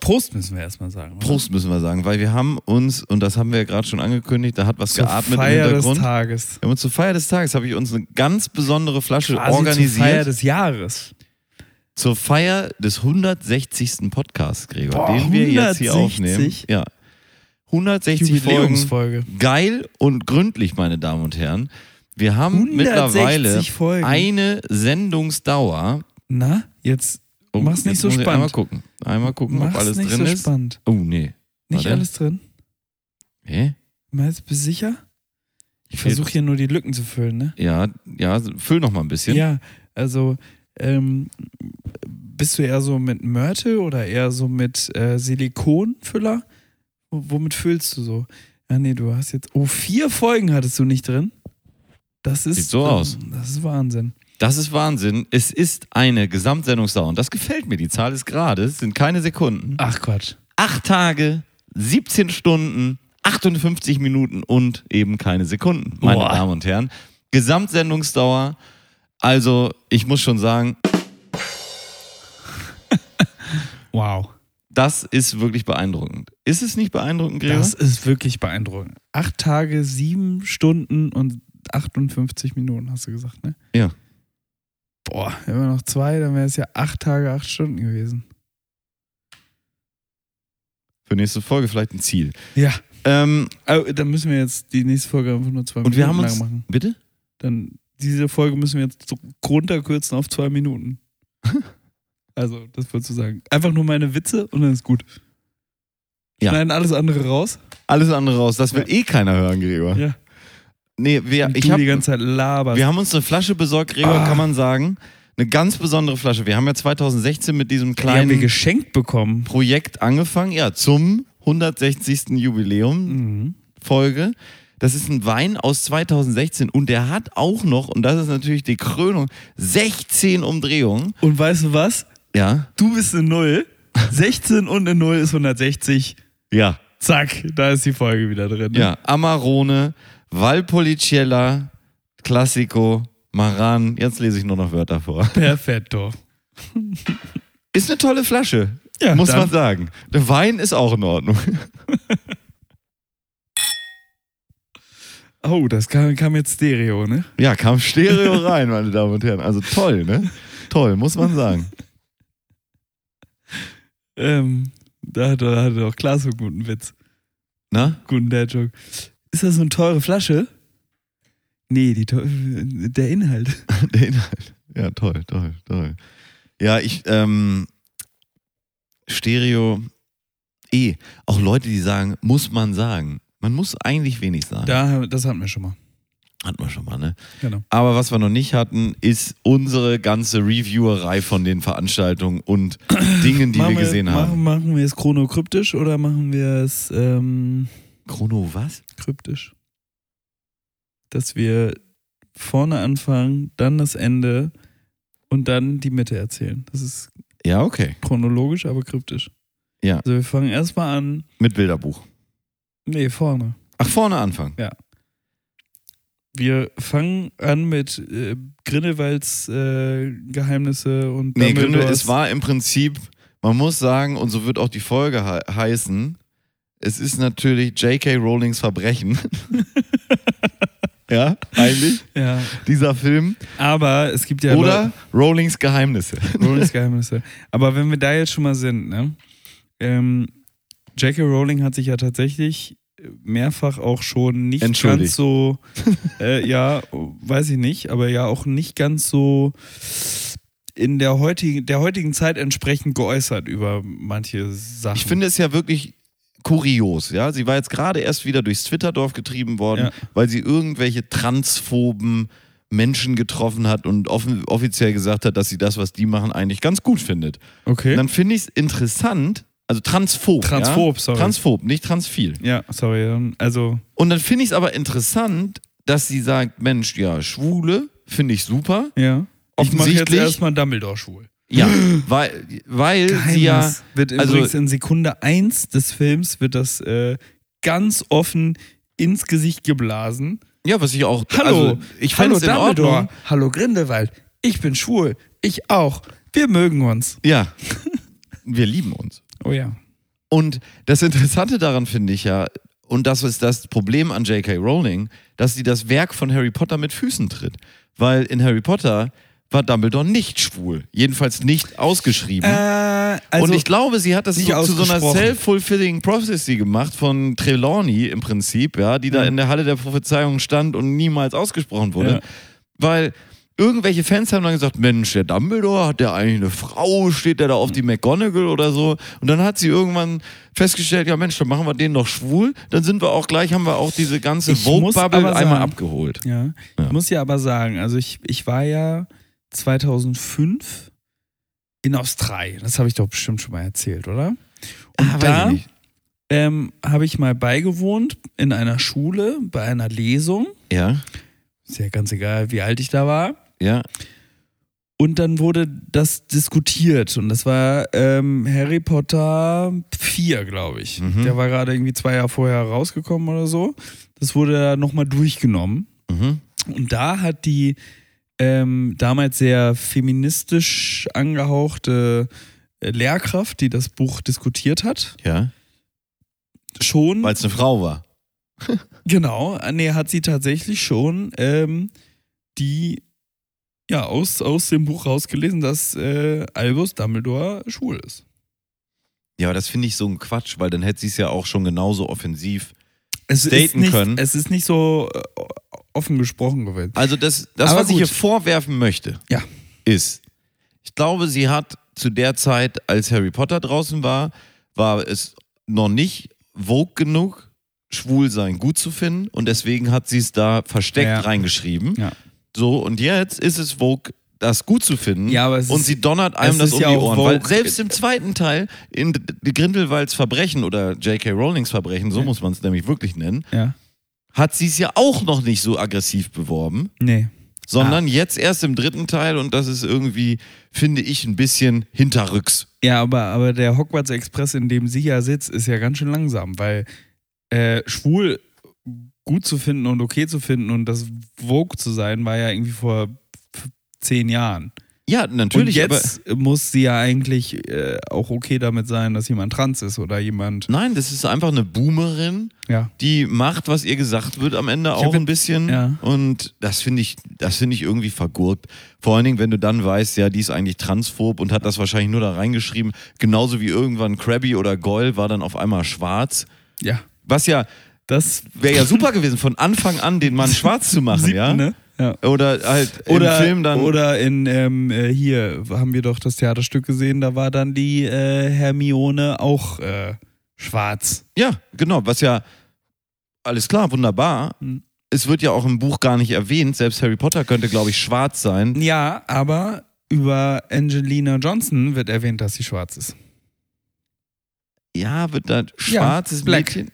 S2: Prost müssen wir erstmal sagen.
S3: Prost müssen wir sagen, weil wir haben uns, und das haben wir ja gerade schon angekündigt, da hat was
S2: Zur
S3: geatmet
S2: Feier
S3: im
S2: des
S3: Hintergrund.
S2: Tages.
S3: Wir haben uns zur Feier des Tages habe ich uns eine ganz besondere Flasche
S2: Quasi
S3: organisiert.
S2: Zur Feier des Jahres.
S3: zur Feier des 160. Podcasts, Gregor,
S2: Boah,
S3: den wir jetzt hier
S2: 160?
S3: aufnehmen. Ja. 160 Folgen.
S2: Jubiläumsfolge.
S3: Geil und gründlich, meine Damen und Herren. Wir haben
S2: 160
S3: mittlerweile
S2: Folgen.
S3: eine Sendungsdauer.
S2: Na, jetzt
S3: Oh,
S2: Mach's nicht
S3: jetzt
S2: so
S3: muss ich
S2: spannend.
S3: Einmal gucken, einmal gucken
S2: mach's
S3: ob alles
S2: nicht
S3: drin
S2: so
S3: ist.
S2: spannend.
S3: Oh, nee.
S2: Nicht
S3: Warte.
S2: alles drin.
S3: Hä?
S2: Meinst du, bist du sicher? Ich
S3: Fehlt-
S2: versuche hier nur die Lücken zu füllen, ne?
S3: Ja, ja, füll noch mal ein bisschen.
S2: Ja, also ähm, bist du eher so mit Mörtel oder eher so mit äh, Silikonfüller? W- Womit füllst du so? Ja, nee, du hast jetzt. Oh, vier Folgen hattest du nicht drin. Das ist.
S3: Sieht so aus.
S2: Das ist Wahnsinn.
S3: Das ist Wahnsinn. Es ist eine Gesamtsendungsdauer. Und das gefällt mir. Die Zahl ist gerade. Es sind keine Sekunden.
S2: Ach Quatsch.
S3: Acht Tage, 17 Stunden, 58 Minuten und eben keine Sekunden, meine
S2: Boah.
S3: Damen und Herren. Gesamtsendungsdauer. Also, ich muss schon sagen,
S2: Wow.
S3: das ist wirklich beeindruckend. Ist es nicht beeindruckend, Gregor?
S2: Das ist wirklich beeindruckend. Acht Tage, sieben Stunden und 58 Minuten, hast du gesagt, ne?
S3: Ja.
S2: Boah, immer noch zwei, dann wäre es ja acht Tage, acht Stunden gewesen.
S3: Für nächste Folge vielleicht ein Ziel.
S2: Ja.
S3: Ähm,
S2: Also, dann müssen wir jetzt die nächste Folge einfach nur zwei
S3: und
S2: Minuten
S3: wir haben
S2: lang
S3: uns.
S2: machen.
S3: Bitte?
S2: Dann diese Folge müssen wir jetzt so runterkürzen auf zwei Minuten. also, das würdest du sagen. Einfach nur meine Witze und dann ist gut.
S3: Ja.
S2: Schneiden alles andere raus.
S3: Alles andere raus. Das will eh keiner hören, Gregor.
S2: Ja.
S3: Nee, wir,
S2: und
S3: ich
S2: du
S3: habe
S2: die ganze Zeit laberst.
S3: Wir haben uns eine Flasche besorgt, Gregor,
S2: Ah.
S3: kann man sagen. Eine ganz besondere Flasche. Wir haben ja 2016 mit diesem
S2: die haben wir
S3: kleinen
S2: geschenkt bekommen. Mhm.
S3: Mhm. Projekt angefangen, ja, zum 160. Jubiläum Folge. Das ist ein Wein aus 2016 und der hat auch noch, und das ist natürlich die Krönung, 16 Umdrehungen.
S2: Und weißt du was?
S3: Ja.
S2: Du bist eine Null. 16 und eine Null ist 160.
S3: Ja.
S2: Zack, da ist die Folge wieder drin.
S3: Ja. Amarone, Valpolicella, Classico, Maran. Jetzt lese ich nur noch Wörter vor.
S2: Perfetto.
S3: Ist eine tolle Flasche.
S2: Ja,
S3: muss
S2: dann-
S3: man sagen. Der Wein ist auch in Ordnung.
S2: Oh, das kam, kam jetzt Stereo, ne?
S3: Ja, kam Stereo rein, meine Damen und Herren. Also toll, ne? Toll, muss man sagen.
S2: Ähm, da hat da hat doch Klaas einen guten Witz.
S3: Na?
S2: Guten Dad-Joke. Ist das so eine teure Flasche? Nee, die teu- der Inhalt.
S3: Der Inhalt. Ja, toll, toll, toll. Ja, ich, ähm, Stereo, eh, auch Leute, die sagen, muss man sagen. Man muss eigentlich wenig sagen.
S2: Da, das hatten wir schon mal.
S3: Hatten wir schon mal, ne?
S2: Genau.
S3: Aber was wir noch nicht hatten, ist unsere ganze Reviewerei von den Veranstaltungen und Dingen, die wir gesehen
S2: machen,
S3: haben.
S2: machen wir es chronokryptisch oder machen wir es ähm,
S3: Chrono, was?
S2: kryptisch? Dass wir vorne anfangen, dann das Ende und dann die Mitte erzählen. Das ist
S3: Ja, okay.
S2: chronologisch, aber kryptisch.
S3: Ja.
S2: Also wir fangen erstmal an.
S3: Mit Bilderbuch.
S2: Nee, vorne.
S3: Ach, vorne anfangen.
S2: Wir fangen an mit äh, Grindelwalds äh, Geheimnisse und
S3: Nee, Grindel,
S2: Dumbledores-
S3: es war im Prinzip, man muss sagen, und so wird auch die Folge he heißen, es ist natürlich J.K. Rowlings Verbrechen. ja, eigentlich,
S2: Ja,
S3: dieser Film.
S2: aber es gibt ja
S3: Oder Rowlings Geheimnisse.
S2: Leute- Rowlings Geheimnisse. Aber wenn wir da jetzt schon mal sind, ne? Ähm, J.K. Rowling hat sich ja tatsächlich mehrfach auch schon nicht
S3: Entschuldigt.
S2: ganz so, äh, ja, weiß ich nicht, aber ja auch nicht ganz so in der heutigen, der heutigen Zeit entsprechend geäußert über manche Sachen.
S3: Ich finde es ja wirklich kurios, ja. Sie war jetzt gerade erst wieder durchs Twitterdorf getrieben worden,
S2: Ja.
S3: weil sie irgendwelche transphoben Menschen getroffen hat und offen, offiziell gesagt hat, dass sie das, was die machen, eigentlich ganz gut findet.
S2: okay.
S3: Und dann finde ich es interessant, also transphob.
S2: Transphob,
S3: ja?
S2: sorry.
S3: Transphob, nicht transphil.
S2: Ja, sorry. ähm, Also,
S3: Und dann finde ich es aber interessant, dass sie sagt, Mensch, ja, Schwule finde ich super.
S2: ja. Ich mache jetzt
S3: Offensichtlich-
S2: erstmal Dumbledore schwul.
S3: Ja, weil, weil sie ja,
S2: wird
S3: also-
S2: übrigens in Sekunde 1 des Films wird das äh, ganz offen ins Gesicht geblasen.
S3: ja, was ich auch,
S2: Hallo,
S3: also, ich fände es in Ordnung.
S2: Hallo Grindelwald, ich bin schwul, ich auch. Wir mögen uns.
S3: Ja, wir lieben uns.
S2: Oh ja.
S3: Und das Interessante daran finde ich ja, und das ist das Problem an J.K. Rowling, dass sie das Werk von Harry Potter mit Füßen tritt. Weil in Harry Potter war Dumbledore nicht schwul. Jedenfalls nicht ausgeschrieben.
S2: also,
S3: und ich glaube, sie hat das
S2: nicht
S3: so, zu so einer
S2: ausgesprochen.
S3: self-fulfilling prophecy gemacht von Trelawney im Prinzip, ja, die da in der Halle der Prophezeiung stand und niemals ausgesprochen wurde.
S2: Mhm. Ja.
S3: Weil irgendwelche Fans haben dann gesagt, Mensch, der Dumbledore, hat der eigentlich eine Frau, steht der da
S2: Mhm.
S3: auf die McGonagall oder so? Und dann hat sie irgendwann festgestellt, ja Mensch, dann machen wir den doch schwul, dann sind wir auch gleich, haben wir auch diese ganze
S2: Ich muss aber
S3: Vogue-Bubble einmal
S2: sagen-
S3: abgeholt.
S2: Ja.
S3: Ja.
S2: Ich muss ja aber sagen, also ich, ich war ja 2005 in Australien. Das habe ich doch bestimmt schon mal erzählt, oder? Und
S3: weiß
S2: da
S3: ich nicht.
S2: ähm, habe ich mal beigewohnt in einer Schule bei einer Lesung.
S3: Ja,
S2: Ist ja ganz egal, wie alt ich da war.
S3: ja,
S2: Und dann wurde das diskutiert. Und das war ähm, Harry Potter 4, glaube ich.
S3: Mhm.
S2: Der war gerade irgendwie zwei Jahre vorher rausgekommen oder so. Das wurde nochmal durchgenommen.
S3: mhm.
S2: Und da hat die ähm, damals sehr feministisch angehauchte äh, Lehrkraft, die das Buch diskutiert hat,
S3: ja.
S2: schon.
S3: Weil es eine Frau war.
S2: genau, äh, nee, hat sie tatsächlich schon ähm, die ja aus, aus dem Buch rausgelesen, dass äh, Albus Dumbledore schwul ist.
S3: Ja, aber das finde ich so ein Quatsch, weil dann hätte sie es ja auch schon genauso offensiv
S2: Es ist
S3: staten
S2: nicht,
S3: können.
S2: Es ist nicht so äh, offen gesprochen gewesen.
S3: Also das, das
S2: Aber
S3: was ich
S2: gut.
S3: ihr vorwerfen möchte,
S2: Ja.
S3: ist, ich glaube, sie hat zu der Zeit, als Harry Potter draußen war, war es noch nicht vogue genug, schwul sein gut zu finden und deswegen hat sie es da versteckt
S2: Ja.
S3: reingeschrieben.
S2: Ja.
S3: So, und jetzt ist es vogue, das gut zu finden
S2: Ja, aber es
S3: und
S2: ist-
S3: sie donnert einem
S2: es
S3: das
S2: ist
S3: um
S2: ja
S3: die
S2: auch
S3: Ohren. Weil
S2: Vogue.
S3: selbst im zweiten Teil, in D- D- Grindelwalds Verbrechen oder J.K. Rowlings Verbrechen, so
S2: Ja.
S3: muss man es nämlich wirklich nennen,
S2: Ja.
S3: hat sie es ja auch noch nicht so aggressiv beworben,
S2: Nee.
S3: sondern jetzt erst im dritten Teil und das ist irgendwie, finde ich, ein bisschen hinterrücks.
S2: Ja, aber, aber der Hogwarts Express, in dem sie ja sitzt, ist ja ganz schön langsam, weil äh, schwul gut zu finden und okay zu finden und das Vogue zu sein, war ja irgendwie vor f- zehn Jahren.
S3: Ja, natürlich,
S2: und
S3: aber
S2: jetzt muss sie ja eigentlich äh, auch okay damit sein, dass jemand trans ist oder jemand.
S3: nein, das ist einfach eine Boomerin,
S2: Ja.
S3: die macht, was ihr gesagt wird am Ende auch
S2: hab
S3: ein bisschen.
S2: ja.
S3: Und das finde ich, das finde ich irgendwie vergurkt. Vor allen Dingen, wenn du dann weißt, ja, die ist eigentlich transphob und hat das wahrscheinlich nur da reingeschrieben. Genauso wie irgendwann Krabby oder Goyle war dann auf einmal schwarz.
S2: Ja.
S3: Was ja,
S2: Das
S3: wäre ja super gewesen, von Anfang an den Mann schwarz zu machen,
S2: Siebten,
S3: ja?
S2: ne? Ja.
S3: Oder halt
S2: Oder,
S3: im Film dann.
S2: oder in ähm, äh, hier haben wir doch das Theaterstück gesehen, da war dann die äh, Hermione auch äh, schwarz.
S3: Ja, genau, was ja alles klar, wunderbar.
S2: Mhm.
S3: Es wird ja auch im Buch gar nicht erwähnt, selbst Harry Potter könnte, glaube ich, schwarz sein.
S2: Ja, aber über Angelina Johnson wird erwähnt, dass sie schwarz ist.
S3: Ja, wird da schwarzes
S2: black.
S3: Mädchen.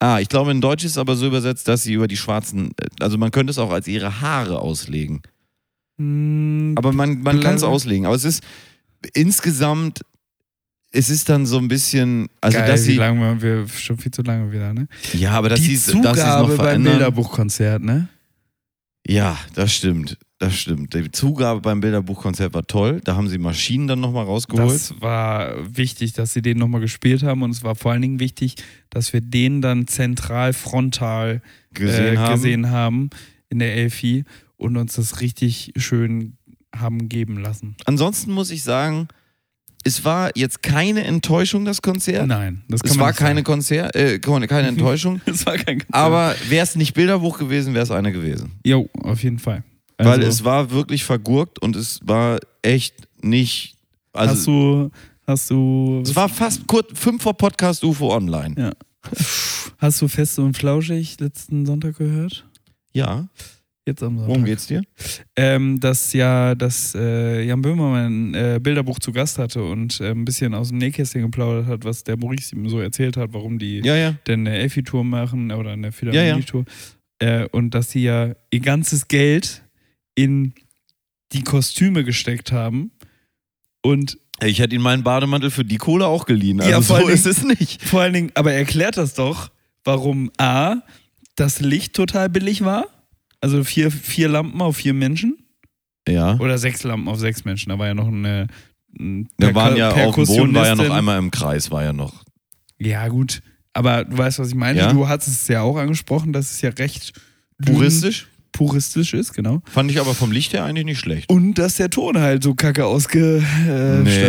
S3: Ah, ich glaube, in Deutsch ist es aber so übersetzt, dass sie über die schwarzen, also man könnte es auch als ihre Haare auslegen.
S2: Hm,
S3: Aber man, man kann es
S2: Bla-
S3: auslegen. Aber es ist insgesamt, es ist dann so ein bisschen, also
S2: geil,
S3: dass
S2: wie
S3: sie,
S2: lange waren wir schon viel zu lange wieder, ne?
S3: ja, aber dass sie
S2: die
S3: es dass sie es noch
S2: Zugabe beim
S3: verändern.
S2: Bilderbuchkonzert, ne?
S3: Ja, das stimmt. Das stimmt. Die Zugabe beim Bilderbuchkonzert war toll. Da haben sie Maschinen dann nochmal rausgeholt.
S2: Das war wichtig, dass sie den nochmal gespielt haben und es war vor allen Dingen wichtig, dass wir den dann zentral frontal
S3: gesehen
S2: äh,
S3: haben.
S2: gesehen haben in der Elfi und uns das richtig schön haben geben lassen.
S3: Ansonsten muss ich sagen, es war jetzt keine Enttäuschung, das Konzert.
S2: Nein, das kann
S3: es
S2: man
S3: war
S2: nicht sagen. Mhm.
S3: keine, Konzert, äh, keine keine Enttäuschung.
S2: Es war kein Konzert.
S3: aber wäre es nicht Bilderbuch gewesen, wäre es eine gewesen.
S2: Jo, auf jeden Fall.
S3: Weil
S2: Also-
S3: es war wirklich vergurkt und es war echt nicht.
S2: hast
S3: Also,
S2: du, hast du,
S3: es war fast kurz fünf vor Podcast UFO online.
S2: Ja. hast du fest und flauschig letzten Sonntag gehört?
S3: Ja.
S2: Jetzt am Sonntag.
S3: Worum geht's dir?
S2: Ähm, dass ja, dass äh, Jan Böhmermann äh, Bilderbuch zu Gast hatte und äh, ein bisschen aus dem Nähkästchen geplaudert hat, was der Maurice ihm so erzählt hat, warum die
S3: Ja, ja.
S2: denn eine Effi-Tour machen oder eine Philharmonie-Tour. Äh, und dass sie ja ihr ganzes Geld in die Kostüme gesteckt haben. Und
S3: Ich hätte ihn meinen Bademantel für die Kohle auch geliehen. Also
S2: Ja, vor
S3: so
S2: allen
S3: ist es nicht.
S2: vor allen Dingen, aber erklärt das doch, warum A, das Licht total billig war. Also vier, vier Lampen auf vier Menschen.
S3: Ja.
S2: Oder sechs Lampen auf sechs Menschen. Da war ja noch eine. ein-
S3: Da
S2: per- Mhm.
S3: waren ja auf dem Boden war ja noch
S2: Perkussionistin.
S3: einmal im Kreis, war ja noch.
S2: Ja, gut. Aber du weißt, was ich meine.
S3: Ja.
S2: Du hast es ja auch angesprochen, dass es ja recht dünn-
S3: Puristisch.
S2: puristisch ist, genau.
S3: Fand ich aber vom Licht her eigentlich nicht schlecht.
S2: Und dass der Ton halt so kacke ausgestellt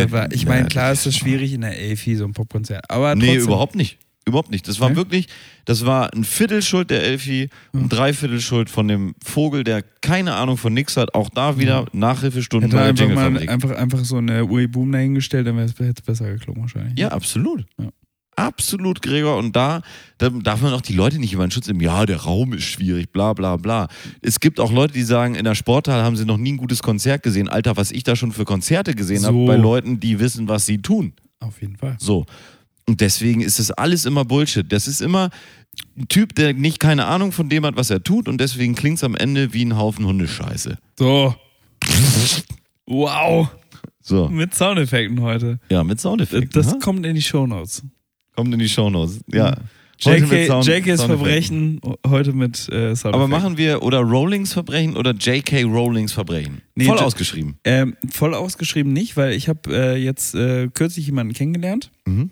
S3: Nee,
S2: war. Ich
S3: nee,
S2: meine, klar ist
S3: das-
S2: das schwierig in der Elfi, so ein Popkonzert. Aber
S3: Nee,
S2: trotzdem.
S3: überhaupt nicht. Überhaupt nicht. Das war
S2: Nee?
S3: wirklich, das war ein Viertel Schuld der Elfi
S2: Hm.
S3: und drei Viertel Schuld von dem Vogel, der keine Ahnung von nix hat. Auch da wieder Nachhilfestunden
S2: Hm. Hätte
S3: bei der
S2: einfach, mal
S3: Jinglefabrik.
S2: einfach, einfach so eine Uri Boom dahingestellt, dann wäre es besser geklungen wahrscheinlich.
S3: Ja, absolut.
S2: Ja.
S3: Absolut, Gregor. Und da, da darf man auch die Leute nicht immer in Schutz nehmen. Ja, der Raum ist schwierig, bla bla bla. Es gibt auch Leute, die sagen, in der Sporthalle haben sie noch nie ein gutes Konzert gesehen. Alter, was ich da schon für Konzerte gesehen habe
S2: So.
S3: bei Leuten, die wissen, was sie tun.
S2: Auf jeden Fall.
S3: So. Und deswegen ist das alles immer Bullshit. Das ist immer ein Typ, der nicht keine Ahnung von dem hat, was er tut. Und deswegen klingt es am Ende wie ein Haufen Hundescheiße.
S2: So. Wow.
S3: So,
S2: Mit Soundeffekten heute.
S3: ja, mit Soundeffekten.
S2: Das
S3: ha?
S2: kommt in die Shownotes.
S3: kommt in die Shownotes. Ja.
S2: Mhm.
S3: Heute mit
S2: JK,
S3: Sound-
S2: JK's
S3: Soundeffekten.
S2: Verbrechen heute mit äh, Soundeffekten.
S3: Aber machen wir oder Rowlings Verbrechen oder J.K. Rowlings Verbrechen?
S2: Nee,
S3: Voll
S2: J-
S3: ausgeschrieben.
S2: Ähm, voll ausgeschrieben nicht, weil ich habe äh, jetzt äh, kürzlich jemanden kennengelernt,
S3: Mhm.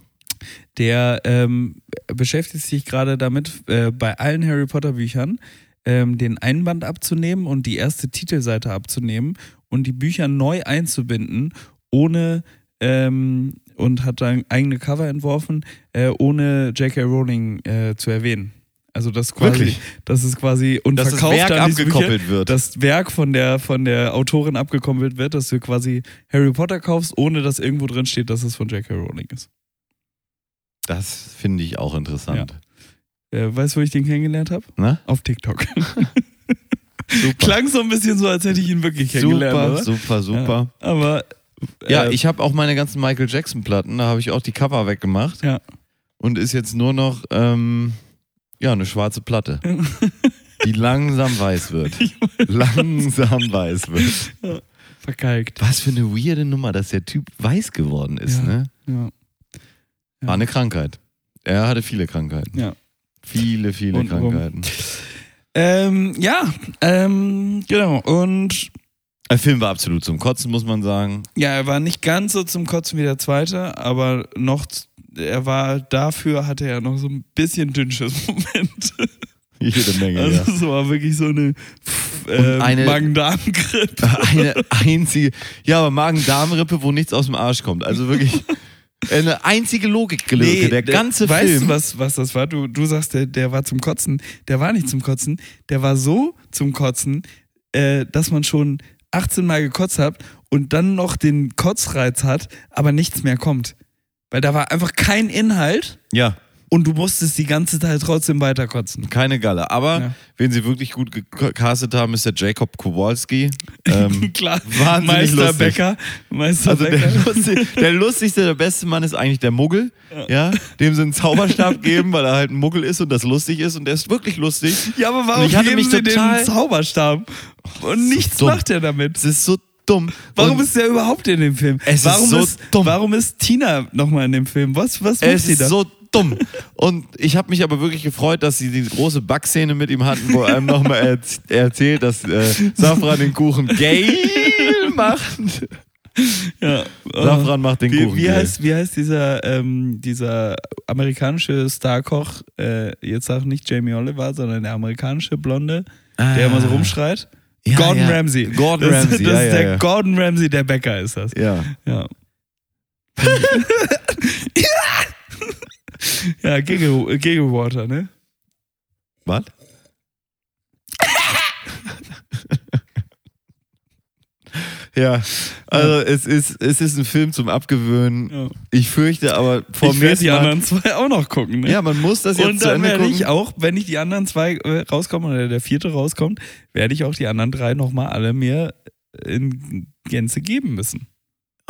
S2: der ähm, beschäftigt sich gerade damit, äh, bei allen Harry Potter Büchern ähm, den Einband abzunehmen und die erste Titelseite abzunehmen und die Bücher neu einzubinden, ohne ähm, und hat dann eigene Cover entworfen, äh, ohne J.K. Rowling äh, zu erwähnen. Also das quasi,
S3: Wirklich?
S2: das ist quasi und
S3: Dass das
S2: verkauft
S3: Werk
S2: dann diese Bücher,
S3: abgekoppelt wird.
S2: das Werk von der, von der Autorin abgekoppelt wird, dass du quasi Harry Potter kaufst, ohne dass irgendwo drin steht, dass es von J.K. Rowling ist.
S3: Das finde ich auch interessant.
S2: Äh, weißt du, wo ich den kennengelernt habe?
S3: Na?
S2: Auf TikTok.
S3: Super.
S2: Klang so ein bisschen so, als hätte ich ihn wirklich kennengelernt.
S3: super,
S2: oder?
S3: super, super.
S2: Ja, aber
S3: Ja,
S2: äh,
S3: ich habe auch meine ganzen Michael Jackson Platten, da habe ich auch die Cover weggemacht.
S2: Ja.
S3: Und ist jetzt nur noch ähm, Ja, eine schwarze Platte. die langsam weiß wird. langsam weiß wird.
S2: Verkalkt.
S3: Was für eine weirde Nummer, dass der Typ weiß geworden ist,
S2: Ja.
S3: ne?
S2: Ja.
S3: War eine Krankheit. Er hatte viele Krankheiten.
S2: Ja.
S3: Viele, viele
S2: Und rum.
S3: Krankheiten.
S2: Ähm, ja, ähm, genau. Und
S3: Der Film war absolut zum Kotzen, muss man sagen.
S2: ja, er war nicht ganz so zum Kotzen wie der zweite, aber noch, z- er war, dafür hatte er noch so ein bisschen dünnsches Moment.
S3: Jede Menge,
S2: Also
S3: ja.
S2: es war wirklich so eine pff, äh,
S3: eine-
S2: Magen-Darm-Grippe.
S3: Eine einzige, ja, aber Magen-Darm-Rippe, wo nichts aus dem Arsch kommt. Also wirklich eine einzige Logiklücke. der ganze
S2: weißt
S3: Film.
S2: du, was, was das war? Du, du sagst, der, der war zum Kotzen. Der war nicht zum Kotzen. Der war so zum Kotzen, äh, dass man schon 18 Mal gekotzt hat und dann noch den Kotzreiz hat, aber nichts mehr kommt. Weil da war einfach kein Inhalt
S3: ja,
S2: und du musstest die ganze Zeit trotzdem weiterkotzen.
S3: keine Galle. Aber
S2: Ja.
S3: wen sie wirklich gut gecastet haben, ist der Jacob Kowalski. Ähm,
S2: Klar,
S3: wahnsinnig
S2: Meister
S3: lustig.
S2: Becker. Meister
S3: also der,
S2: Becker.
S3: lustig, der lustigste, der beste Mann ist eigentlich der Muggel. Ja. dem sie einen Zauberstab geben, weil er halt ein Muggel ist und das lustig ist und der ist wirklich lustig.
S2: ja, aber
S3: Und
S2: warum
S3: ich hatte
S2: geben
S3: mich
S2: sie
S3: total- Oh,
S2: den Zauberstab? Und nichts
S3: dumm.
S2: macht er damit.
S3: Das ist so dumm.
S2: Warum
S3: und
S2: ist der überhaupt in dem Film?
S3: Es ist
S2: warum
S3: so dumm.
S2: Warum ist Tina nochmal in dem Film? Was, was macht
S3: Es
S2: sie da?
S3: ist so dumm. Und ich habe mich aber wirklich gefreut, dass sie die große Backszene mit ihm hatten, wo er einem nochmal erz- erzählt, dass äh, Safran den Kuchen gay macht.
S2: ja. äh,
S3: Safran macht den
S2: wie,
S3: Kuchen
S2: wie,
S3: gay.
S2: heißt, wie heißt dieser, ähm, dieser amerikanische Starkoch? Äh, jetzt auch nicht Jamie Oliver, sondern der amerikanische Blonde, der immer so rumschreit.
S3: Ah. Ja,
S2: Gordon
S3: ja.
S2: Ramsay.
S3: Gordon
S2: das,
S3: Ramsay,
S2: Das
S3: ja,
S2: ist
S3: ja,
S2: der
S3: ja.
S2: Gordon Ramsay, der Bäcker ist das.
S3: Ja.
S2: Ja. ja, Giggle, Giggle Water, ne?
S3: Was? ja, also es ist, es ist ein Film zum Abgewöhnen.
S2: Ja.
S3: Ich fürchte aber vor
S2: ich
S3: mir
S2: werde die anderen zwei auch noch gucken, ne?
S3: Ja, man muss das jetzt
S2: Und
S3: zu
S2: dann
S3: Ende
S2: werde
S3: gucken.
S2: ich auch, wenn ich die anderen zwei äh, rauskommen oder der vierte rauskommt, werde ich auch die anderen drei nochmal alle mir äh, in Gänze geben müssen.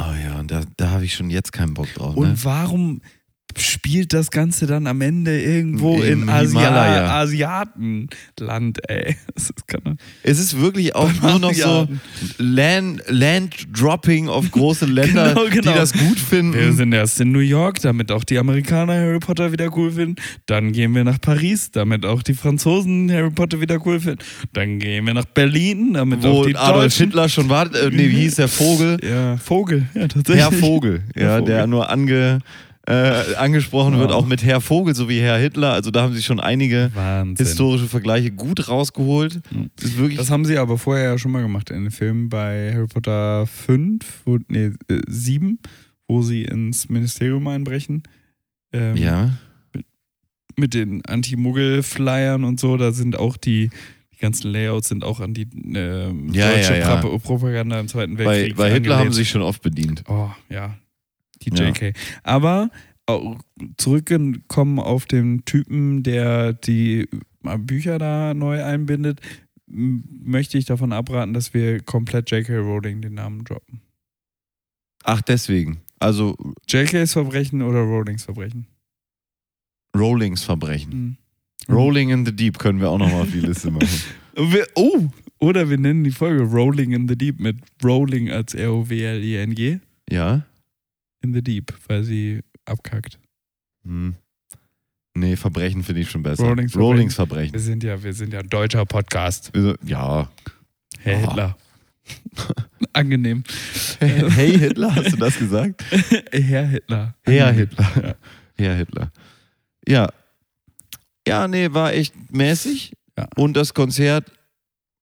S3: oh ja, und da, da habe ich schon jetzt keinen Bock drauf. Ne?
S2: Und warum spielt das Ganze dann am Ende irgendwo
S3: Im
S2: in Asia
S3: Himalaya.
S2: Asiatenland, ey? Das ist keine
S3: Es ist wirklich auch nur noch so
S2: Asiaten.
S3: Land, Land-Dropping auf große Länder,
S2: Genau, genau.
S3: die das
S2: wir
S3: gut finden.
S2: sind erst in New York, damit auch die Amerikaner Harry Potter wieder cool finden. Dann gehen wir nach Paris, damit auch die Franzosen Harry Potter wieder cool finden. Dann gehen wir nach Berlin, damit
S3: Wo
S2: auch die
S3: Adolf
S2: Deutschen
S3: Hitler schon war, äh, nee, wie hieß der Vogel?
S2: Ja. Vogel, ja, tatsächlich.
S3: Herr Vogel, ja,
S2: Herr Vogel. Genau.
S3: der nur ange, äh, angesprochen wird,
S2: Ja.
S3: auch mit Herr Vogel sowie Herr Hitler. Also da haben sich schon einige
S2: Wahnsinn. Hm.
S3: historische Vergleiche gut rausgeholt. Das ist wirklich
S2: das haben sie aber vorher ja schon mal gemacht in den Filmen bei Harry Potter 5, wo, nee, äh, 7, wo sie ins Ministerium einbrechen. Ähm,
S3: ja,
S2: Mit den Anti-Muggel-Flyern und so, da sind auch die, die ganzen Layouts sind auch an die ähm,
S3: Ja,
S2: deutsche
S3: ja, ja.
S2: Prop- Propaganda im Zweiten
S3: bei,
S2: Weltkrieg.
S3: bei Hitler haben
S2: angelehnt.
S3: sie sich schon oft bedient.
S2: Oh, ja. Die
S3: Ja.
S2: JK. Aber auch zurückgekommen auf den Typen, der die äh, Bücher da neu einbindet, m- möchte ich davon abraten, dass wir komplett J.K. Rowling den Namen droppen.
S3: Ach, deswegen. Also
S2: J.K.'s Verbrechen oder Rowlings Verbrechen?
S3: Rollings Verbrechen.
S2: Mhm.
S3: Rolling in the Deep können wir auch nochmal auf die Liste machen.
S2: Wir, oh, oder wir nennen die Folge Rolling in the Deep mit Rolling als R-O-W-L-I-N-G
S3: Ja?
S2: in the Deep, weil sie abkackt.
S3: Hm. Nee, Verbrechen finde ich schon besser.
S2: Rollings Verbrechen.
S3: Rollings
S2: Wir
S3: Verbrechen.
S2: sind ja, wir sind ja ein deutscher Podcast.
S3: Also, Ja.
S2: Herr
S3: Ah.
S2: Hitler. Angenehm.
S3: Hey Hitler, hast du das gesagt?
S2: Herr Hitler.
S3: Herr
S2: Angenehm.
S3: Hitler. Herr Hitler. Ja. Ja, nee, war echt mäßig.
S2: Ja.
S3: Und das Konzert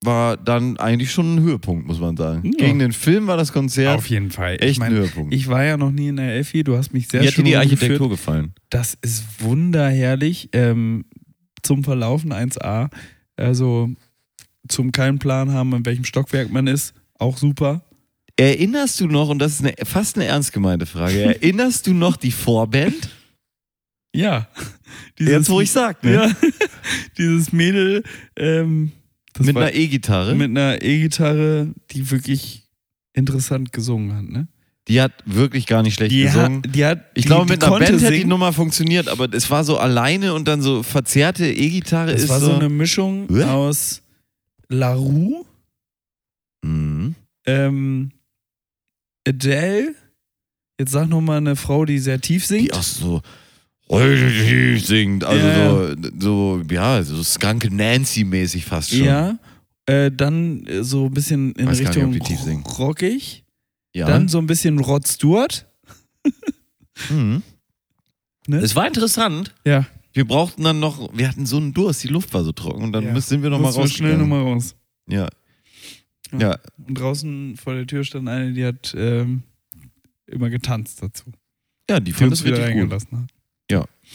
S3: war dann eigentlich schon ein Höhepunkt, muss man sagen.
S2: Ja.
S3: Gegen den Film war das Konzert
S2: Auf jeden Fall.
S3: echt
S2: ich, mein,
S3: ein Höhepunkt.
S2: ich war ja noch nie in der Elfi, du hast mich sehr
S3: Wie hat dir
S2: schön
S3: die
S2: rumgeführt.
S3: Architektur gefallen?
S2: Das ist wunderherrlich. Ähm, zum Verlaufen 1a. Also zum keinen Plan haben, in welchem Stockwerk man ist. Auch super.
S3: Erinnerst du noch, und das ist eine, fast eine ernst gemeinte Frage, erinnerst du noch die Vorband?
S2: Ja.
S3: Jetzt, wo ich sag, ne?
S2: ja. Dieses Mädel ähm, das
S3: Mit
S2: war-
S3: einer E-Gitarre.
S2: mit einer E-Gitarre, die wirklich interessant gesungen hat, ne?
S3: Die hat wirklich gar nicht schlecht
S2: Die
S3: gesungen.
S2: hat, die hat,
S3: Ich
S2: die,
S3: glaube,
S2: die
S3: mit einer
S2: konnte
S3: Band hätte die
S2: singen.
S3: Nummer funktioniert, aber es war so alleine und dann so verzerrte E-Gitarre
S2: Das
S3: ist
S2: war so
S3: so
S2: eine Mischung
S3: Hä?
S2: aus LaRue,
S3: Mhm.
S2: ähm, Adele, jetzt sag noch mal eine Frau, die sehr tief
S3: die
S2: singt.
S3: auch so tief singt, also
S2: Ja.
S3: so, so, ja, so Skunk Nancy-mäßig fast schon.
S2: Ja. Äh, dann äh, so ein bisschen in
S3: Weiß gar nicht,
S2: Richtung
S3: ob die tief singt.
S2: rockig.
S3: ja.
S2: Dann so ein bisschen Rod Stewart.
S3: Mhm.
S2: Ne?
S3: Es war interessant.
S2: Ja.
S3: Wir brauchten dann noch, wir hatten so einen Durst, die Luft war so trocken und dann
S2: Ja.
S3: müssen- sind wir nochmal
S2: Mussten wir schnell
S3: rausgegangen.
S2: nochmal raus.
S3: Ja.
S2: Ja.
S3: Ja,
S2: Und draußen vor der Tür stand eine, die hat ähm, immer getanzt dazu.
S3: ja, die
S2: Die
S3: fand
S2: uns
S3: es
S2: wieder
S3: richtig gut.
S2: reingelassen hat.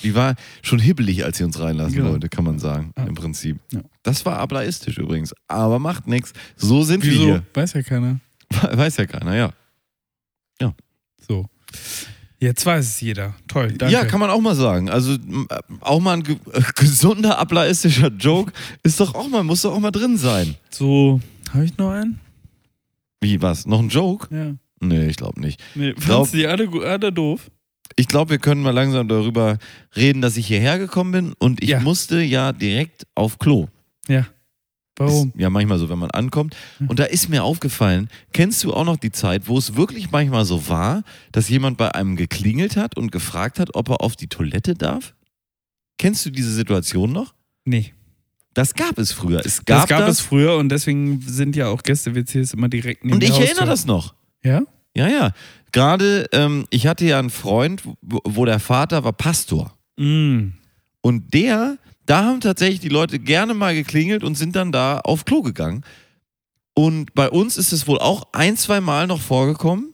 S3: Die war schon hibbelig, als sie uns reinlassen
S2: Genau.
S3: wollte, kann man sagen,
S2: Ja.
S3: im Prinzip.
S2: Ja.
S3: Das war ablaistisch übrigens, aber macht nichts. So sind
S2: Wieso?
S3: wir
S2: Weiß ja keiner.
S3: hier. Weiß ja keiner, ja.
S2: So. Jetzt weiß es jeder. Toll, danke.
S3: Ja, kann man auch mal sagen. Also m- äh, auch mal ein ge äh, gesunder ableistischer Joke ist doch auch mal, muss doch auch mal drin sein.
S2: so, habe ich noch einen?
S3: Wie, was? Noch ein Joke?
S2: Ja.
S3: Nee, ich glaube nicht.
S2: Nee, fandst
S3: Glaub-
S2: du die alle, gu- alle doof?
S3: Ich glaube, wir können mal langsam darüber reden, dass ich hierher gekommen bin und ich
S2: Ja.
S3: musste ja direkt auf Klo.
S2: Warum? Mhm.
S3: Ist ja manchmal so, wenn man ankommt. Und da ist mir aufgefallen, kennst du auch noch die Zeit, wo es wirklich manchmal so war, dass jemand bei einem geklingelt hat und gefragt hat, ob er auf die Toilette darf? Kennst du diese Situation noch?
S2: Nee.
S3: Das gab es früher. Es gab
S2: das gab es früher und deswegen sind ja auch Gäste-WCs immer direkt neben
S3: und
S2: der
S3: ich
S2: Haustür.
S3: erinnere das noch.
S2: Ja?
S3: Ja, ja. Gerade, ähm, ich hatte ja einen Freund, wo, wo der Vater war Pastor.
S2: Mm.
S3: Mhm. Und der, da haben tatsächlich die Leute gerne mal geklingelt und sind dann da auf Klo gegangen. Und bei uns ist es wohl auch ein, zwei Mal noch vorgekommen,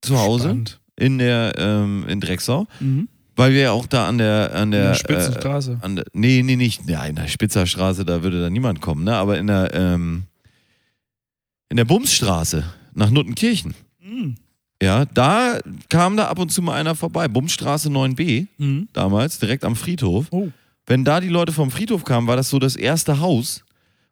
S3: zu Hause,
S2: Spannend.
S3: in der, ähm, in Drecksau,
S2: Mhm.
S3: weil wir ja auch da an der, an
S2: In
S3: der,
S2: der
S3: äh,
S2: Spitzenstraße.
S3: an der nee, nee, nicht, ja, in der Spitzer Straße, da würde da niemand kommen, ne, aber in der, ähm, in der Bumsstraße nach Nuttenkirchen,
S2: Mm.
S3: ja, da kam da ab und zu mal einer vorbei, Bumsstraße 9b
S2: Mhm.
S3: damals, direkt am Friedhof.
S2: Oh.
S3: Wenn da die Leute vom Friedhof kamen, war das so das erste Haus.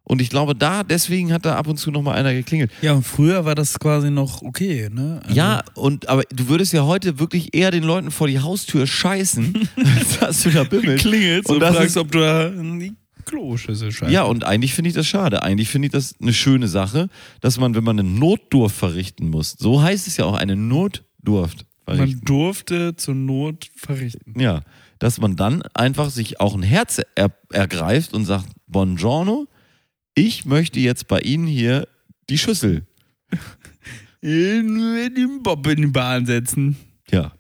S3: Und ich glaube, da, deswegen hat da ab und zu nochmal einer geklingelt.
S2: Ja, und früher war das quasi noch okay, ne? Also-
S3: Ja, und aber du würdest ja heute wirklich eher den Leuten vor die Haustür scheißen, als dass du da bimmelst.
S2: Klingelst und,
S3: Und das
S2: fragst,
S3: ist-
S2: ob du da in die Kloschüssel schreibst.
S3: Ja, und eigentlich finde ich das schade. Eigentlich finde ich das eine schöne Sache, dass man, wenn man eine Notdurft verrichten muss, so heißt es ja auch, eine Notdurft verrichten.
S2: Man durfte zur Not verrichten.
S3: Ja, dass man dann einfach sich auch ein Herz er ergreift und sagt, Buongiorno, ich möchte jetzt bei Ihnen hier die Schüssel.
S2: In den Bob in die Bahn setzen.
S3: Ja.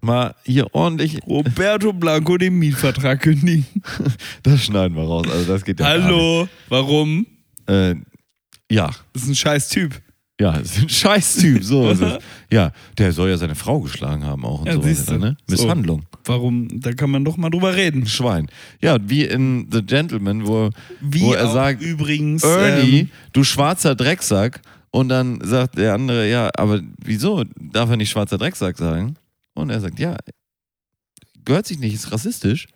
S3: Mal hier ordentlich,
S2: Roberto Blanco den Mietvertrag kündigen.
S3: das schneiden wir raus. Also das geht ja gar
S2: Hallo, warum?
S3: nicht. Äh, ja,
S2: Das ist ein scheiß Typ.
S3: ja, ist ein Scheißtyp. So ist es. Ja, der soll ja seine Frau geschlagen haben auch und
S2: Ja,
S3: so
S2: siehst
S3: weiter,
S2: du.
S3: ne?
S2: So.
S3: Misshandlung.
S2: Warum? Da kann man doch mal drüber reden.
S3: Schwein. Ja, wie in The Gentleman, wo,
S2: Wie
S3: wo er
S2: auch
S3: sagt,
S2: übrigens
S3: Ernie,
S2: ähm,
S3: du schwarzer Drecksack. Und dann sagt der andere, ja, aber wieso darf er nicht schwarzer Drecksack sagen? Und er sagt, ja, gehört sich nicht, ist rassistisch.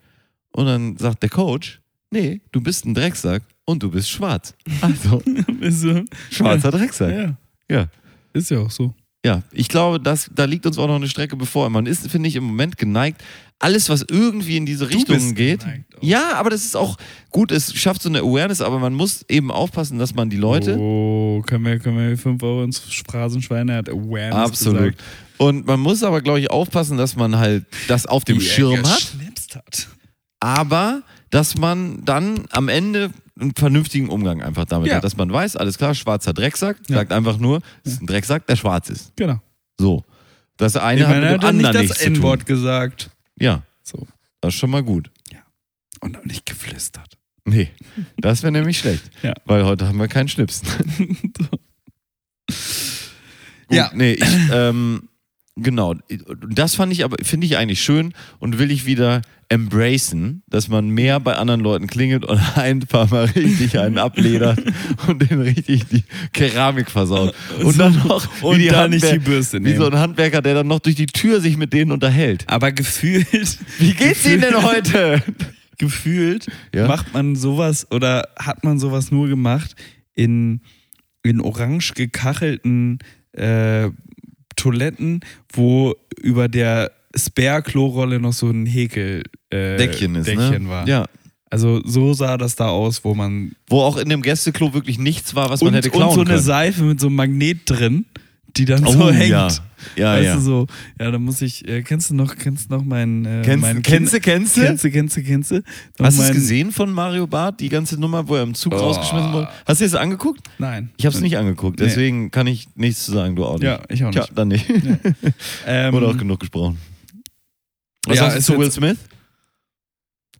S3: Und dann sagt der Coach, nee, du bist ein Drecksack und du bist schwarz. Also,
S2: ist, äh,
S3: schwarzer Drecksack.
S2: ja,
S3: Ja.
S2: ist ja auch so.
S3: Ja, ich glaube, das, da liegt uns auch noch eine Strecke bevor. Man ist, finde ich, im Moment geneigt, alles, was irgendwie in diese Richtungen
S2: bist
S3: geht.
S2: geneigt auch.
S3: Ja, aber das ist auch gut, es schafft so eine Awareness, aber man muss eben aufpassen, dass man die Leute
S2: Oh, können wir, können wir 5 Euro ins Phrasenschwein? Er hat Awareness
S3: Absolut.
S2: gesagt.
S3: Und man muss aber, glaube ich, aufpassen, dass man halt das auf dem
S2: Die er
S3: Schirm hat,
S2: geschnipst hat.
S3: aber dass man dann am Ende einen vernünftigen Umgang einfach damit
S2: Ja.
S3: hat. Dass man weiß, alles klar, schwarzer Drecksack,
S2: Ja.
S3: sagt einfach nur, es ist ein Drecksack, der schwarz ist.
S2: Genau.
S3: So. Das eine
S2: Ich
S3: hat
S2: meine,
S3: mit
S2: er hat
S3: dem
S2: ja
S3: anderen
S2: nicht
S3: nichts
S2: das
S3: zu tun.
S2: N-Wort gesagt.
S3: Ja,
S2: So.
S3: das ist schon mal gut.
S2: Und auch nicht geflüstert.
S3: Nee, das wäre nämlich schlecht.
S2: Ja.
S3: Weil heute haben wir keinen Schnips. Gut,
S2: Ja.
S3: Nee, ich, ähm, genau. Das fand ich aber, finde ich eigentlich schön und will ich wieder embracen, dass man mehr bei anderen Leuten klingelt und ein paar Mal richtig einen abledert und den richtig die Keramik versaut. Und dann noch wie
S2: Und
S3: die
S2: dann nicht
S3: Handwer-
S2: die Bürste
S3: Wie
S2: nehmen.
S3: so ein Handwerker, der dann noch durch die Tür sich mit denen unterhält.
S2: Aber gefühlt,
S3: Wie geht's Ihnen denn heute?
S2: gefühlt
S3: Ja.
S2: macht man sowas oder hat man sowas nur gemacht in, in orange gekachelten äh, Toiletten, wo über der Spare-Klorolle noch so ein Häkel äh,
S3: Deckchen ist,
S2: Deckchen
S3: ne?
S2: war.
S3: Ja.
S2: Also so sah das da aus, wo man
S3: Wo auch in dem Gästeklo wirklich nichts war, was man
S2: und,
S3: hätte klauen
S2: und so eine
S3: können.
S2: Seife mit so einem Magnet drin, die dann
S3: Oh,
S2: so hängt.
S3: ja. Ja,
S2: weißt
S3: Ah, ja.
S2: du so, ja, da muss ich, äh, kennst du noch, kennst du noch meinen, äh,
S3: Kennst-
S2: meinen
S3: kennst du,
S2: Kin-
S3: kennst du?
S2: kennst du, kennst du, kennst du? Noch
S3: Hast du es
S2: meinen-
S3: gesehen von Mario Barth, die ganze Nummer, wo er im Zug
S2: Oh.
S3: rausgeschmissen wurde? Hast du es angeguckt?
S2: Nein.
S3: Ich habe es nicht angeguckt,
S2: Nee.
S3: deswegen kann ich nichts zu sagen, du auch nicht.
S2: Ja, ich auch
S3: Tja,
S2: nicht.
S3: dann nicht.
S2: Ähm,
S3: Wurde auch genug gesprochen. Was
S2: ja,
S3: sagst
S2: ist
S3: du zu Will
S2: jetzt-
S3: Smith?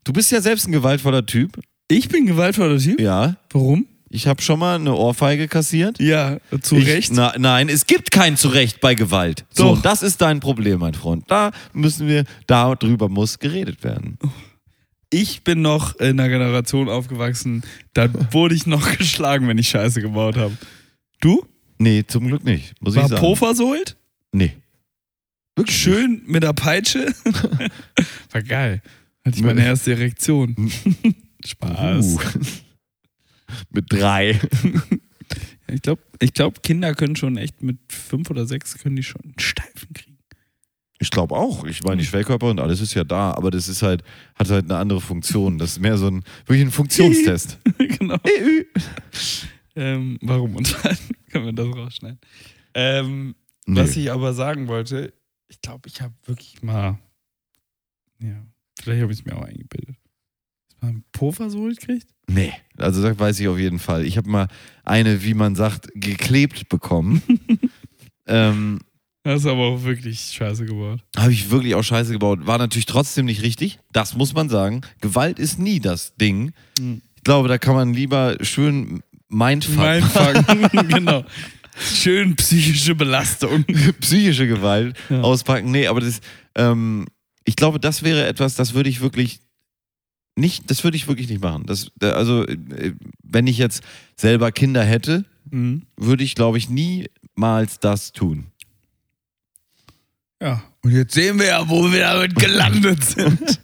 S3: Du bist ja selbst ein gewaltvoller Typ.
S2: ich bin ein gewaltvoller Typ.
S3: Ja.
S2: Warum?
S3: Ich habe schon mal eine Ohrfeige kassiert.
S2: Ja, zu
S3: Ich-
S2: Recht.
S3: Na, nein, es gibt kein Zurecht bei Gewalt. So,
S2: Doch.
S3: das ist dein Problem, mein Freund. Da müssen wir, darüber muss geredet werden.
S2: Ich bin noch in einer Generation aufgewachsen, da wurde ich noch geschlagen, wenn ich Scheiße gebaut habe. Du?
S3: Nee, zum Glück nicht, muss
S2: War
S3: ich sagen.
S2: Pofersold?
S3: Nee.
S2: Wirklich schön mit der Peitsche. War geil. Hatte ich meine erste Erektion. Spaß.
S3: Uh. Mit drei.
S2: Ich glaube, ich glaub, Kinder können schon echt mit fünf oder sechs können die schon einen Steifen kriegen.
S3: Ich glaube auch. Ich meine, die Schwellkörper und alles ist ja da, aber das ist halt, hat halt eine andere Funktion. Das ist mehr so ein, wirklich ein Funktionstest.
S2: genau. ähm, warum unterhalten? können wir das rausschneiden? Ähm,
S3: Nee.
S2: Was ich aber sagen wollte, ich glaube, ich habe wirklich mal. Ja, vielleicht habe ich es mir auch eingebildet. Dass man einen Puffer so gekriegt?
S3: Nee, also das weiß ich auf jeden Fall. Ich habe mal eine, wie man sagt, geklebt bekommen. ähm,
S2: Das ist aber auch wirklich scheiße geworden.
S3: habe ich wirklich auch scheiße gebaut. War natürlich trotzdem nicht richtig. Das muss man sagen. Gewalt ist nie das Ding. Ich glaube, da kann man lieber schön Mindfuck.
S2: Mein Fang. genau. Schön psychische Belastung.
S3: psychische Gewalt
S2: Ja.
S3: auspacken. Nee, aber das, ähm, ich glaube, das wäre etwas, das würde ich wirklich nicht, das würde ich wirklich nicht machen. Das, äh, also, äh, wenn ich jetzt selber Kinder hätte,
S2: Mhm.
S3: würde ich, glaube ich, niemals das tun.
S2: Ja. Und jetzt sehen wir ja, wo wir damit gelandet sind.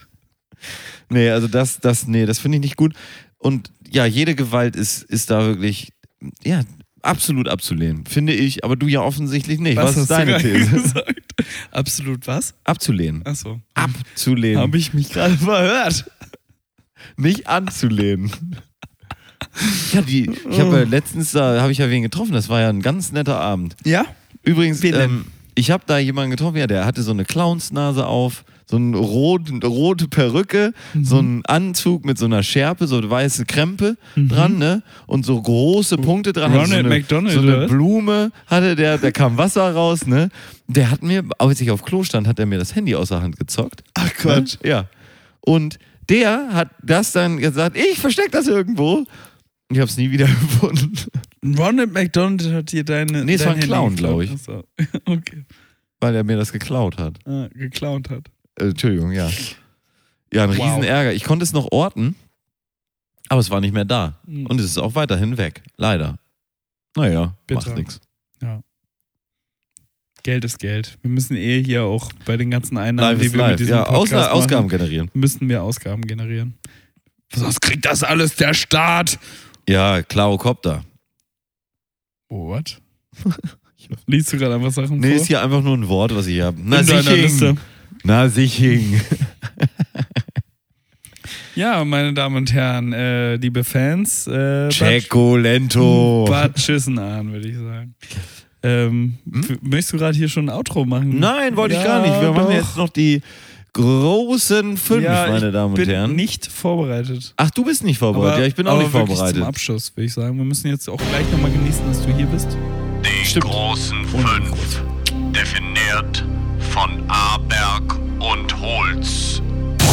S3: Nee, also das, das, nee, das finde ich nicht gut. Und ja, jede Gewalt ist, ist da wirklich, ja, absolut abzulehnen, finde ich. Aber du ja offensichtlich nicht. Was, ist deine These?
S2: gesagt? Absolut was?
S3: Abzulehnen.
S2: Achso.
S3: Abzulehnen.
S2: Habe ich mich gerade verhört.
S3: nicht anzulehnen. Ja, die, ich habe ja letztens, da habe ich ja wen getroffen, das war ja ein ganz netter Abend.
S2: Ja?
S3: Übrigens,
S2: Wen denn?
S3: ähm, ich habe da jemanden getroffen, ja, der hatte so eine Clownsnase auf, so eine rot, rote Perücke,
S2: Mhm.
S3: so einen Anzug mit so einer Schärpe, so eine weiße Krempe dran, ne? Und so große Punkte dran. also so
S2: Mhm. Ronald
S3: eine,
S2: McDonald,
S3: So eine
S2: oder was?
S3: Blume hatte der, da kam Wasser raus, ne? Der hat mir, als ich auf Klo stand, hat er mir das Handy aus der Hand gezockt.
S2: Ach Quatsch.
S3: Ne? Ja. Und der hat das dann gesagt, ich versteck das irgendwo. Und ich habe es nie wieder gefunden.
S2: Ronald McDonald hat hier deine.
S3: Nee, es
S2: dein
S3: war ein
S2: Handy
S3: Clown,
S2: geklaut.
S3: glaub ich.
S2: Achso. Okay.
S3: Weil er mir das geklaut hat.
S2: Ah, geklaut hat.
S3: Äh, Entschuldigung, ja. Ja, ein
S2: Wow.
S3: riesen Ärger. Ich konnte es noch orten, aber es war nicht mehr da.
S2: Mhm.
S3: Und es ist auch weiterhin weg. Leider. Naja,
S2: Bitter.
S3: macht nichts.
S2: Geld ist Geld. Wir müssen eh hier auch bei den ganzen Einnahmen,
S3: Live
S2: die
S3: ist
S2: wir mit
S3: live.
S2: diesem
S3: Ja,
S2: Podcast
S3: Ausla
S2: machen,
S3: Ausgaben generieren.
S2: müssen wir Ausgaben generieren. Sonst kriegt das alles der Staat.
S3: Ja, Klarokopter.
S2: Oh, What? Liest du gerade einfach Sachen
S3: Nee,
S2: vor?
S3: ist hier einfach nur ein Wort, was ich habe. Na,
S2: In deiner Liste.
S3: Siching. Na, Siching.
S2: Ja, meine Damen und Herren, äh, liebe Fans, äh,
S3: Cecolento.
S2: Bad Schüssen an, würde ich sagen. Ähm, f- Möchtest du gerade hier schon ein Outro machen?
S3: Hm? Nein, wollte
S2: Ja,
S3: ich gar nicht. Wir
S2: doch.
S3: machen jetzt noch die großen fünf,
S2: ja,
S3: meine
S2: ich
S3: Damen und
S2: bin
S3: Herren.
S2: nicht vorbereitet.
S3: Ach, du bist nicht vorbereitet. ja, ich bin auch
S2: aber
S3: nicht
S2: wirklich Zum
S3: vorbereitet.
S2: Abschluss würde ich sagen. Wir müssen jetzt auch gleich nochmal genießen, dass du hier bist.
S5: Die großen fünf, definiert von Aberg und Holz.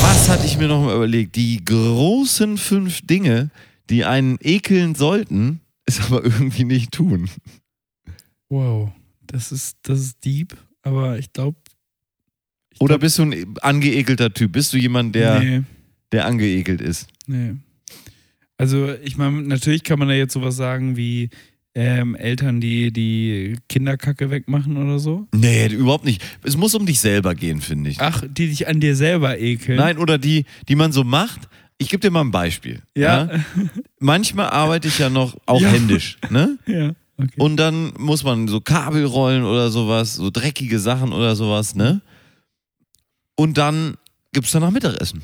S3: Was hatte ich mir noch mal überlegt? Die großen fünf Dinge, die einen ekeln sollten, es aber irgendwie nicht tun.
S2: Wow, das ist, das ist deep, aber ich glaube.
S3: Oder bist du ein angeekelter Typ? Bist du jemand, der,
S2: Nee,
S3: der angeekelt ist?
S2: nee. Also, ich meine, natürlich kann man da jetzt sowas sagen wie ähm, Eltern, die die Kinderkacke wegmachen oder so.
S3: Nee, überhaupt nicht. Es muss um dich selber gehen, finde ich.
S2: Ach, die dich an dir selber ekeln.
S3: Nein, oder die, die man so macht. Ich gebe dir mal ein Beispiel.
S2: Ja.
S3: Manchmal arbeite ich ja noch auch
S2: Ja.
S3: händisch. Ne?
S2: Ja. Okay.
S3: Und dann muss man so Kabel rollen oder sowas, so dreckige Sachen oder sowas, ne? Und dann gibt's danach Mittagessen.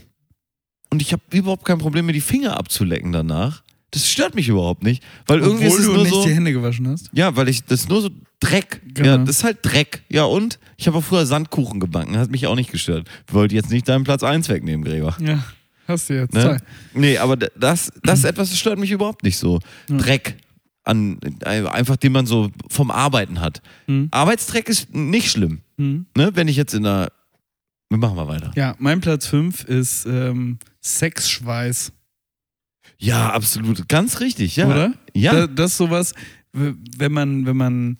S3: Und ich habe überhaupt kein Problem, mir die Finger abzulecken danach. Das stört mich überhaupt nicht, weil irgendwie
S2: Obwohl
S3: ist es
S2: du
S3: nur
S2: nicht
S3: so.
S2: die Hände gewaschen hast.
S3: Ja, weil ich das ist nur so Dreck.
S2: Genau.
S3: Ja, das ist halt Dreck. Ja, und ich habe auch früher Sandkuchen gebacken, hat mich auch nicht gestört. Wollte jetzt nicht deinen Platz 1 wegnehmen, Gregor.
S2: Ja, hast du jetzt.
S3: Ne?
S2: Zwei.
S3: Nee, aber d- das, das ist etwas, das stört mich überhaupt nicht so. Dreck. An, äh, einfach den man so vom Arbeiten hat. Arbeitsdreck ist nicht schlimm.
S2: Hm.
S3: Ne? Wenn ich jetzt in einer. Wir machen mal weiter.
S2: Ja, mein Platz 5 ist ähm, Sexschweiß,
S3: Ja, absolut. Ganz richtig, ja.
S2: oder?
S3: Ja.
S2: Da, das ist sowas, w- wenn man, wenn man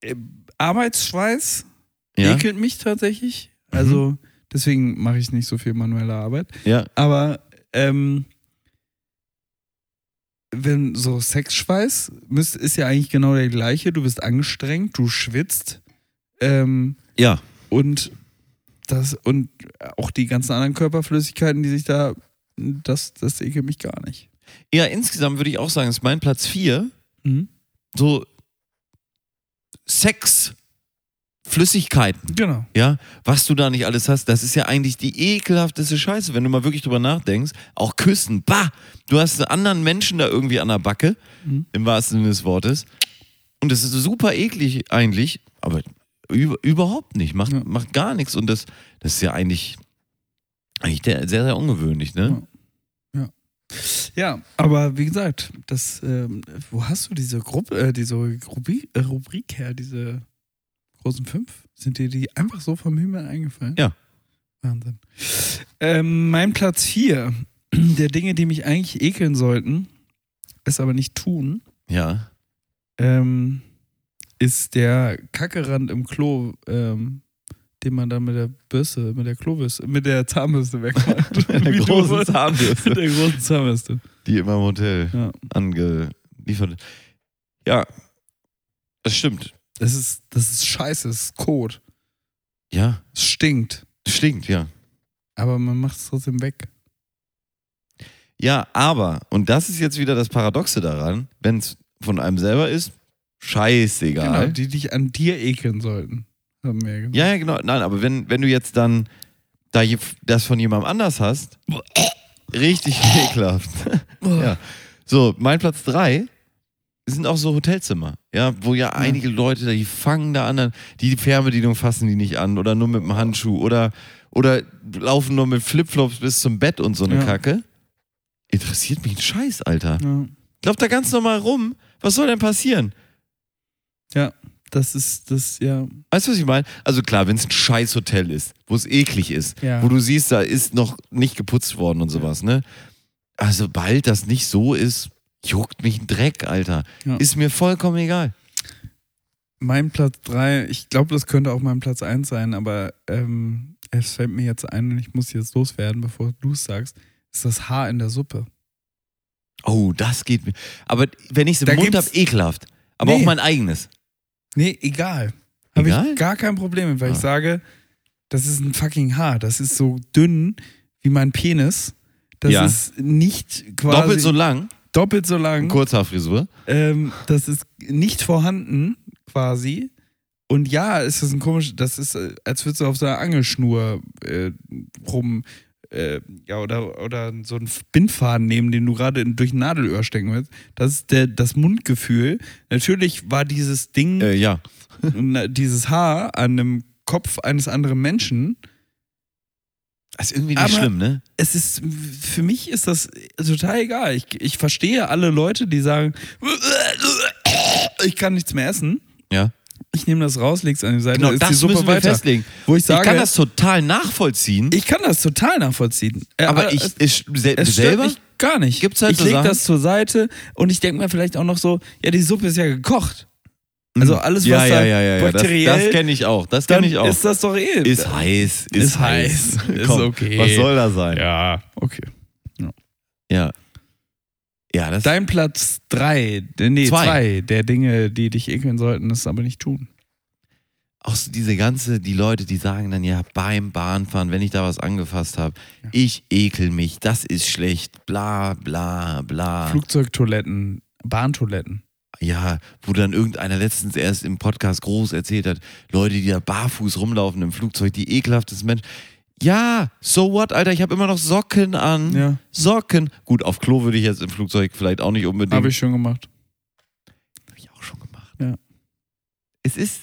S2: äh, Arbeitsschweiß
S3: ja. Mhm.
S2: ekelt mich tatsächlich. Also deswegen mache ich nicht so viel manuelle Arbeit.
S3: ja.
S2: Aber ähm, wenn so Sexschweiß müsst, ist ja eigentlich genau der gleiche. Du bist angestrengt, du schwitzt ähm,
S3: Ja.
S2: und das und auch die ganzen anderen Körperflüssigkeiten, die sich da, das, das ekelt mich gar nicht.
S3: Ja, insgesamt würde ich auch sagen, ist mein Platz 4
S2: Mhm.
S3: so Sex, Flüssigkeiten.
S2: Genau.
S3: Ja, was du da nicht alles hast, das ist ja eigentlich die ekelhafteste Scheiße, wenn du mal wirklich drüber nachdenkst. Auch küssen, bah! Du hast einen anderen Menschen da irgendwie an der Backe,
S2: Mhm.
S3: im wahrsten Sinne des Wortes. Und das ist super eklig eigentlich, aber über, überhaupt nicht, macht,
S2: Ja.
S3: macht gar nichts. Und das, das ist ja eigentlich, eigentlich der- sehr, sehr ungewöhnlich, ne?
S2: Ja, aber wie gesagt, das, ähm, wo hast du diese Gruppe, äh, diese Rubi äh, Rubrik her, diese großen fünf? Sind dir die einfach so vom Himmel eingefallen?
S3: Ja.
S2: Wahnsinn. Ähm, mein Platz vier der Dinge, die mich eigentlich ekeln sollten, es aber nicht tun,
S3: Ja.
S2: ähm, ist der Kackerand im Klo, ähm, den man dann mit der Bürste, mit der Klobürste, mit der Zahnbürste wegmacht.
S3: Mit der
S2: Wie du-
S3: großen Zahnbürste.
S2: Mit der großen Zahnbürste.
S3: die immer im Hotel
S2: Ja.
S3: angeliefert. Ja, das stimmt.
S2: Das ist, das ist scheiße, das ist Kot.
S3: Ja,
S2: Es stinkt.
S3: stinkt, ja.
S2: Aber man macht es trotzdem weg.
S3: Ja, aber, und das ist jetzt wieder das Paradoxe daran, wenn es von einem selber ist, scheißegal.
S2: Genau, die dich an dir ekeln sollten. Haben wir ja gesagt.
S3: Ja, ja, genau. Nein, aber wenn, wenn du jetzt dann da je- das von jemandem anders hast, richtig ekelhaft. ja. So, mein Platz drei sind auch so Hotelzimmer, ja, wo ja einige Leute, da, die fangen da an, dann- die Fernbedienung fassen die nicht an oder nur mit dem Handschuh oder, oder laufen nur mit Flipflops bis zum Bett und so eine
S2: Ja.
S3: Kacke. Interessiert mich ein Scheiß, Alter.
S2: Ja.
S3: Lauft da ganz normal rum. Was soll denn passieren?
S2: Das ist, das, ja.
S3: Weißt du, was ich meine? Also klar, wenn es ein scheiß Hotel ist, wo es eklig ist,
S2: Ja.
S3: wo du siehst, da ist noch nicht geputzt worden und sowas, ne? Also bald das nicht so ist, juckt mich ein Dreck, Alter.
S2: Ja.
S3: Ist mir vollkommen egal.
S2: Mein Platz 3, ich glaube, das könnte auch mein Platz 1 sein, aber ähm, es fällt mir jetzt ein und ich muss jetzt loswerden, bevor du es sagst, ist das Haar in der Suppe.
S3: Oh, das geht mir. Aber wenn ich es im
S2: Da
S3: Mund
S2: gibt's-
S3: habe, ekelhaft. Aber
S2: Nee.
S3: auch mein eigenes.
S2: Nee, egal. Habe
S3: Egal?
S2: ich gar kein Problem mit, weil ich
S3: Ah.
S2: sage, das ist ein fucking Haar. Das ist so dünn wie mein Penis. Das
S3: Ja.
S2: ist nicht quasi Hm?
S3: Doppelt so lang,
S2: doppelt so lang.
S3: Kurzhaarfrisur.
S2: Ähm, das ist nicht vorhanden, quasi. Und ja, es ist ein komisch, das ist, äh, als würdest du auf so einer Angelschnur äh, rum, äh, ja, oder, oder so einen Bindfaden nehmen, den du gerade in- durch ein Nadelöhr stecken willst. Das ist der, das Mundgefühl. Natürlich war dieses Ding,
S3: Äh, ja.
S2: na, dieses Haar an dem Kopf eines anderen Menschen.
S3: Das ist irgendwie nicht
S2: Aber-
S3: schlimm, ne?
S2: Es ist, für mich ist das total egal. Ich, ich verstehe alle Leute, die sagen, ich kann nichts mehr essen.
S3: Ja.
S2: ich nehme das raus, leg's an die Seite,
S3: Genau,
S2: ist die
S3: das
S2: Suppe
S3: müssen wir
S2: weiter.
S3: festlegen.
S2: Wo ich sage,
S3: ich kann das total nachvollziehen,
S2: ich kann das total nachvollziehen. Äh,
S3: aber ich,
S2: es,
S3: ich, sel
S2: es stört
S3: selber.
S2: mich gar nicht.
S3: Gibt's halt
S2: ich
S3: so
S2: lege
S3: Sachen?
S2: das zur Seite und ich denke mir vielleicht auch noch so, ja, die Suppe ist ja gekocht. Also alles, was
S3: Hm. ja, ja,
S2: da
S3: ja, ja, ja. Das,
S2: bakteriell,
S3: das kenne ich auch. Das
S2: dann
S3: kenne ich auch.
S2: ist das doch eh.
S3: Ist heiß. Ist,
S2: Ist heiß. Ist
S3: Komm,
S2: okay.
S3: Was soll da sein?
S2: ja, okay.
S3: Ja. Ja, das
S2: Dein Platz drei, äh, nee,
S3: Zwei.
S2: zwei. der Dinge, die dich ekeln sollten, das aber nicht tun.
S3: auch so diese ganze, die Leute, die sagen dann ja beim Bahnfahren, wenn ich da was angefasst habe,
S2: Ja.
S3: ich ekel mich, das ist schlecht, bla bla bla.
S2: Ah. Flugzeugtoiletten, Bahntoiletten.
S3: ja, wo dann irgendeiner letztens erst im Podcast groß erzählt hat, Leute, die da barfuß rumlaufen im Flugzeug, die ekelhaftes Mensch. Ja, so what, Alter, ich habe immer noch Socken an.
S2: Ja.
S3: Socken. Gut, auf Klo würde ich jetzt im Flugzeug vielleicht auch nicht unbedingt.
S2: Habe ich schon gemacht.
S3: Hab ich auch schon gemacht.
S2: Ja.
S3: Es ist,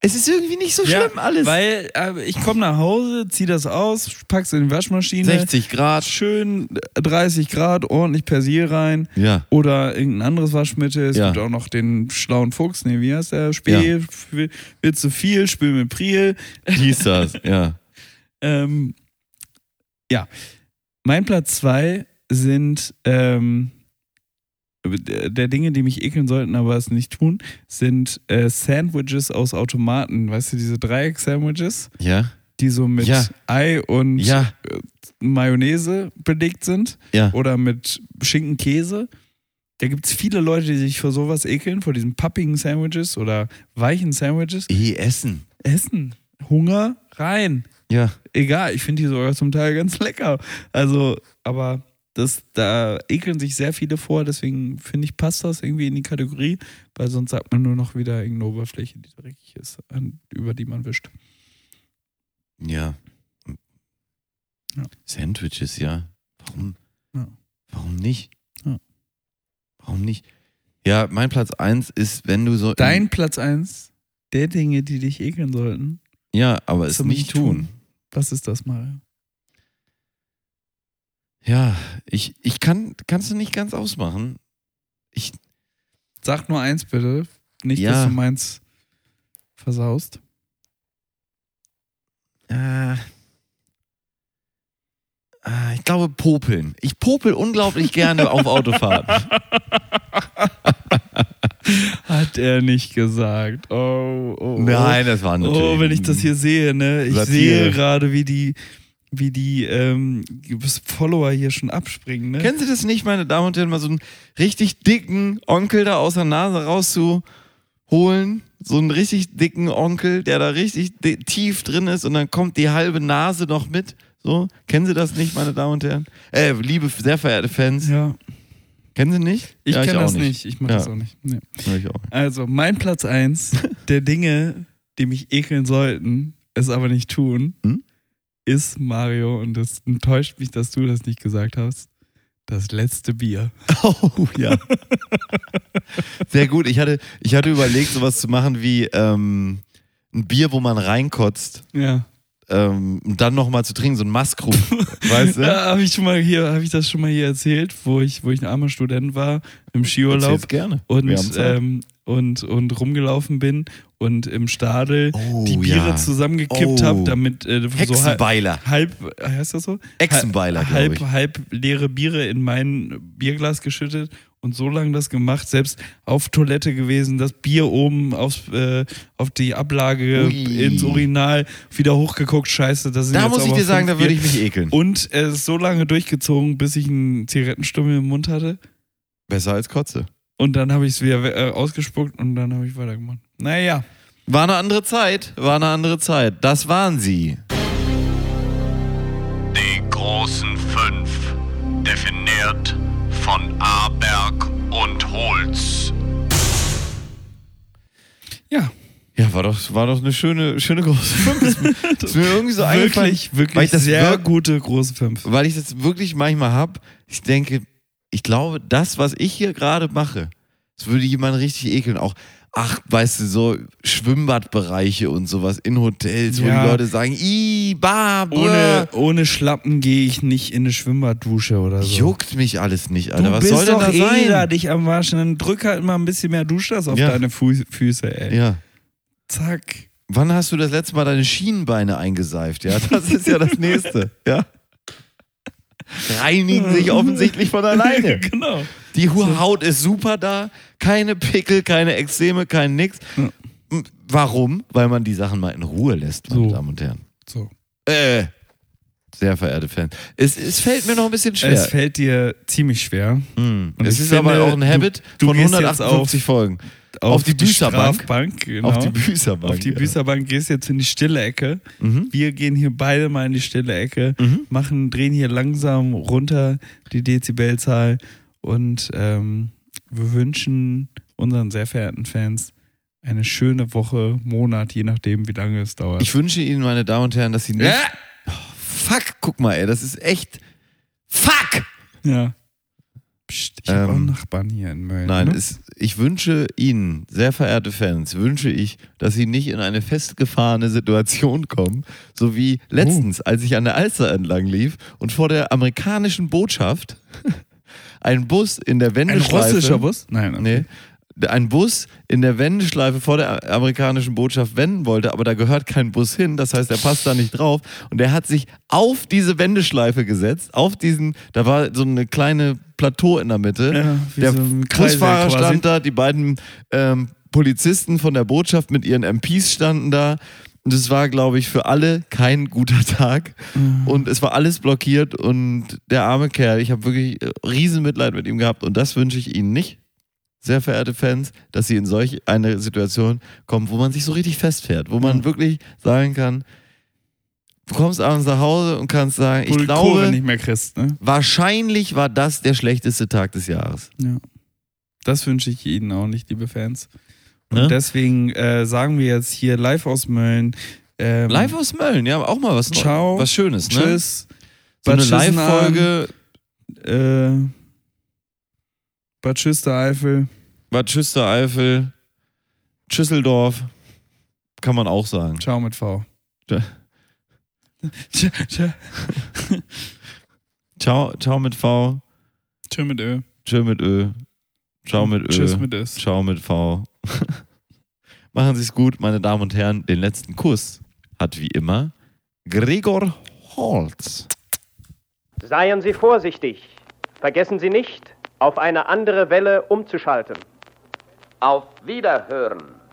S3: es ist irgendwie nicht so
S2: Ja,
S3: schlimm alles.
S2: Weil äh, ich komme nach Hause, zieh das aus, pack's in die Waschmaschine.
S3: 60 Grad.
S2: Schön 30 Grad, ordentlich Persil rein.
S3: Ja.
S2: Oder irgendein anderes Waschmittel. Es
S3: Ja.
S2: gibt auch noch den schlauen Fuchs. Nee, wie heißt der? Spee, ja. wird zu viel, spül mit Priel.
S3: Hieß das, ja.
S2: Ähm, ja. Mein Platz zwei sind ähm, der der Dinge, die mich ekeln sollten, aber es nicht tun, sind äh, Sandwiches aus Automaten. Weißt du, diese Dreieck-Sandwiches,
S3: Ja.
S2: die so mit
S3: Ja.
S2: Ei und
S3: Ja.
S2: Mayonnaise belegt sind
S3: Ja.
S2: oder mit Schinkenkäse. Da gibt es viele Leute, die sich vor sowas ekeln, vor diesen pappigen Sandwiches oder weichen Sandwiches.
S3: Eh essen.
S2: Essen, Hunger, rein
S3: Ja.
S2: egal, ich finde die sogar zum Teil ganz lecker. Also, aber das, da ekeln sich sehr viele vor, deswegen finde ich, passt das irgendwie in die Kategorie, weil sonst sagt man nur noch wieder irgendeine Oberfläche, die dreckig ist, an, über die man wischt.
S3: Ja.
S2: Ja.
S3: Sandwiches, ja. Warum?
S2: Ja.
S3: Warum nicht?
S2: Ja.
S3: Warum nicht? Ja, mein Platz 1 ist, wenn du so. in-
S2: Dein Platz 1 der Dinge, die dich ekeln sollten,
S3: Ja, aber es
S2: Zum
S3: nicht tun.
S2: Nicht-Tun. was ist das mal?
S3: Ja, ich, ich kann, kannst du nicht ganz ausmachen. Ich,
S2: Sag nur eins bitte, nicht,
S3: Ja.
S2: dass du meins versaust.
S3: äh, äh, ich glaube, popeln. Ich popel unglaublich gerne auf Autofahrten.
S2: Hat er nicht gesagt. Oh, oh, oh.
S3: Nein, das war natürlich.
S2: Oh, wenn ich das hier sehe, ne? Ich
S3: Satire.
S2: sehe gerade, wie die, wie die ähm, Follower hier schon abspringen, ne?
S3: Kennen Sie das nicht, meine Damen und Herren, mal so einen richtig dicken Onkel da aus der Nase rauszuholen? So einen richtig dicken Onkel, der da richtig di- tief drin ist und dann kommt die halbe Nase noch mit. So, kennen Sie das nicht, meine Damen und Herren? Äh, liebe, sehr verehrte Fans,
S2: ja,
S3: kennen Sie nicht?
S2: ich
S3: Ja,
S2: kenne
S3: auch
S2: das nicht. Ich mache
S3: Ja.
S2: das auch nicht. Nee.
S3: Ja, ich auch.
S2: Also, mein Platz 1 der Dinge, die mich ekeln sollten, es aber nicht tun,
S3: Hm?
S2: ist Mario, und es enttäuscht mich, dass du das nicht gesagt hast, das letzte Bier.
S3: Oh, ja. Sehr gut. Ich hatte, ich hatte überlegt, sowas zu machen wie ähm, ein Bier, wo man reinkotzt
S2: Ja.
S3: ähm, und dann nochmal zu trinken, so ein Maskrug. weißt du?
S2: Ja, habe Äh, ich schon mal hier, habe ich das schon mal hier erzählt, wo ich, wo ich ein armer Student war im Skiurlaub
S3: Erzähl's gerne. Wir haben
S2: und,
S3: Zeit.
S2: ähm, und, und rumgelaufen bin und im Stadel
S3: Oh,
S2: die Biere
S3: ja.
S2: zusammengekippt
S3: Oh.
S2: habe, damit äh, so halb,
S3: Hexenbeiler.
S2: halb, äh, heißt das so?
S3: Hexenbeiler, glaube
S2: halb,
S3: ich.
S2: halb leere Biere in mein Bierglas geschüttet und so lange das gemacht, selbst auf Toilette gewesen, das Bier oben aufs, äh, auf die Ablage
S3: Ui.
S2: ins Urinal, wieder hochgeguckt, scheiße, das sind
S3: Da
S2: jetzt
S3: muss ich
S2: aber
S3: dir sagen,
S2: fünf
S3: da würde
S2: Bier.
S3: ich mich ekeln.
S2: Und es ist so lange durchgezogen, bis ich einen Zigarettenstummel im Mund hatte.
S3: Besser als Kotze.
S2: Und dann habe ich es wieder äh, ausgespuckt und dann habe ich weitergemacht. Naja.
S3: War eine andere Zeit, war eine andere Zeit. Das waren sie.
S5: Die großen fünf, definiert von Aberg und Holz.
S2: Ja.
S3: Ja, war doch, war doch eine schöne, schöne große Fünf. Ist mir- Ist mir irgendwie so eingefallen.
S2: Wirklich,
S3: weil
S2: wirklich
S3: ich das
S2: sehr
S3: wirk-
S2: gute große Fünf.
S3: weil ich das wirklich manchmal habe, ich denke, ich glaube, das, was ich hier gerade mache, das würde jemand richtig ekeln. Auch, ach, weißt du, so Schwimmbadbereiche und sowas in Hotels, wo
S2: Ja.
S3: die Leute sagen, i, ba,
S2: Ohne,
S3: ohne
S2: ohne Schlappen gehe ich nicht in eine Schwimmbaddusche oder so.
S3: Juckt mich alles nicht, Alter.
S2: du
S3: was
S2: bist
S3: soll denn
S2: doch
S3: da
S2: eh
S3: sein?
S2: da dich am Waschen. Dann drück halt mal ein bisschen mehr Duschdas auf
S3: Ja.
S2: deine Fu- Füße, ey.
S3: Ja.
S2: Zack.
S3: Wann hast du das letzte Mal deine Schienenbeine eingeseift? Ja, das ist ja das nächste. Ja. Reinigen sich offensichtlich von alleine.
S2: genau.
S3: Die Hu- Haut ist super da, keine Pickel, keine Ekzeme, kein nix.
S2: Ja.
S3: M- Warum? Weil man die Sachen mal in Ruhe lässt, meine
S2: So.
S3: Damen und Herren.
S2: So.
S3: Äh, sehr verehrte Fans. Es, es fällt mir noch ein bisschen schwer.
S2: Es fällt dir ziemlich schwer.
S3: Hm.
S2: und
S3: es
S2: ich
S3: ist
S2: finde,
S3: aber auch ein Habit
S2: du
S3: von
S2: gehst jetzt
S3: 158
S2: auf-
S3: Folgen. Auf die Büßerbank.
S2: Strafbank, genau.
S3: Auf die Büßerbank.
S2: Auf die
S3: ja.
S2: Büßerbank gehst jetzt in die stille Ecke.
S3: Mhm.
S2: Wir gehen hier beide mal in die stille Ecke, machen, drehen hier langsam runter die Dezibelzahl und ähm, wir wünschen unseren sehr verehrten Fans eine schöne Woche, Monat, je nachdem, wie lange es dauert.
S3: Ich wünsche Ihnen, meine Damen und Herren, dass Sie nicht.
S2: Ja.
S3: Oh, fuck, guck mal, ey, das ist echt. Fuck!
S2: ja. Psst, ich habe auch
S3: Ähm,
S2: Nachbarn hier in Mölln.
S3: Nein,
S2: ne?
S3: es, ich wünsche Ihnen, sehr verehrte Fans, wünsche ich, dass Sie nicht in eine festgefahrene Situation kommen, so wie letztens,
S2: Oh.
S3: als ich an der Alster entlang lief und vor der amerikanischen Botschaft ein Bus in der
S2: ein
S3: Wendeschleife.
S2: russischer Bus? Nein, okay.
S3: Nee. Ein Bus in der Wendeschleife vor der amerikanischen Botschaft wenden wollte, aber da gehört kein Bus hin, das heißt, er passt da nicht drauf. Und er hat sich auf diese Wendeschleife gesetzt, auf diesen, da war so eine kleine Plateau in der Mitte.
S2: Ja, wie
S3: der
S2: so ein Kreisel
S3: Busfahrer
S2: quasi.
S3: stand da, die beiden ähm, Polizisten von der Botschaft mit ihren MPs standen da. Und es war, glaube ich, für alle kein guter Tag.
S2: Mhm.
S3: Und es war alles blockiert und der arme Kerl, ich habe wirklich äh, Riesenmitleid mit ihm gehabt und das wünsche ich Ihnen nicht sehr verehrte Fans, dass sie in solch eine Situation kommen, wo man sich so richtig festfährt, wo
S2: Mhm.
S3: man wirklich sagen kann, du kommst abends nach Hause und kannst sagen, ich
S2: Wo du die Kurve
S3: glaube,
S2: nicht mehr kriegst, ne?
S3: wahrscheinlich war das der schlechteste Tag des Jahres.
S2: Ja. Das wünsche ich Ihnen auch nicht, liebe Fans. Und
S3: Ne?
S2: deswegen äh, sagen wir jetzt hier live aus Mölln. Ähm,
S3: Live aus Mölln, ja, auch mal was Neues,
S2: Ciao.
S3: was Schönes, ne?
S2: Tschüss.
S3: So eine
S2: Bad Tschüssen
S3: Live-Folge,
S2: Äh, Bad Tschüss der Eifel.
S3: Bad Tschüss der Eifel, Tschüsseldorf, kann man auch sagen.
S2: Ciao mit V.
S3: Tja.
S2: Tja, tja.
S3: Ciao, ciao mit V,
S2: Tschö mit Ö.
S3: tschö mit Ö, ciao mit Ö.
S2: Tschüss mit Ös.
S3: Ciao mit V. Machen Sie es gut, meine Damen und Herren. Den letzten Kuss hat wie immer Gregor Holz.
S6: Seien Sie vorsichtig. Vergessen Sie nicht, auf eine andere Welle umzuschalten.
S7: Auf Wiederhören.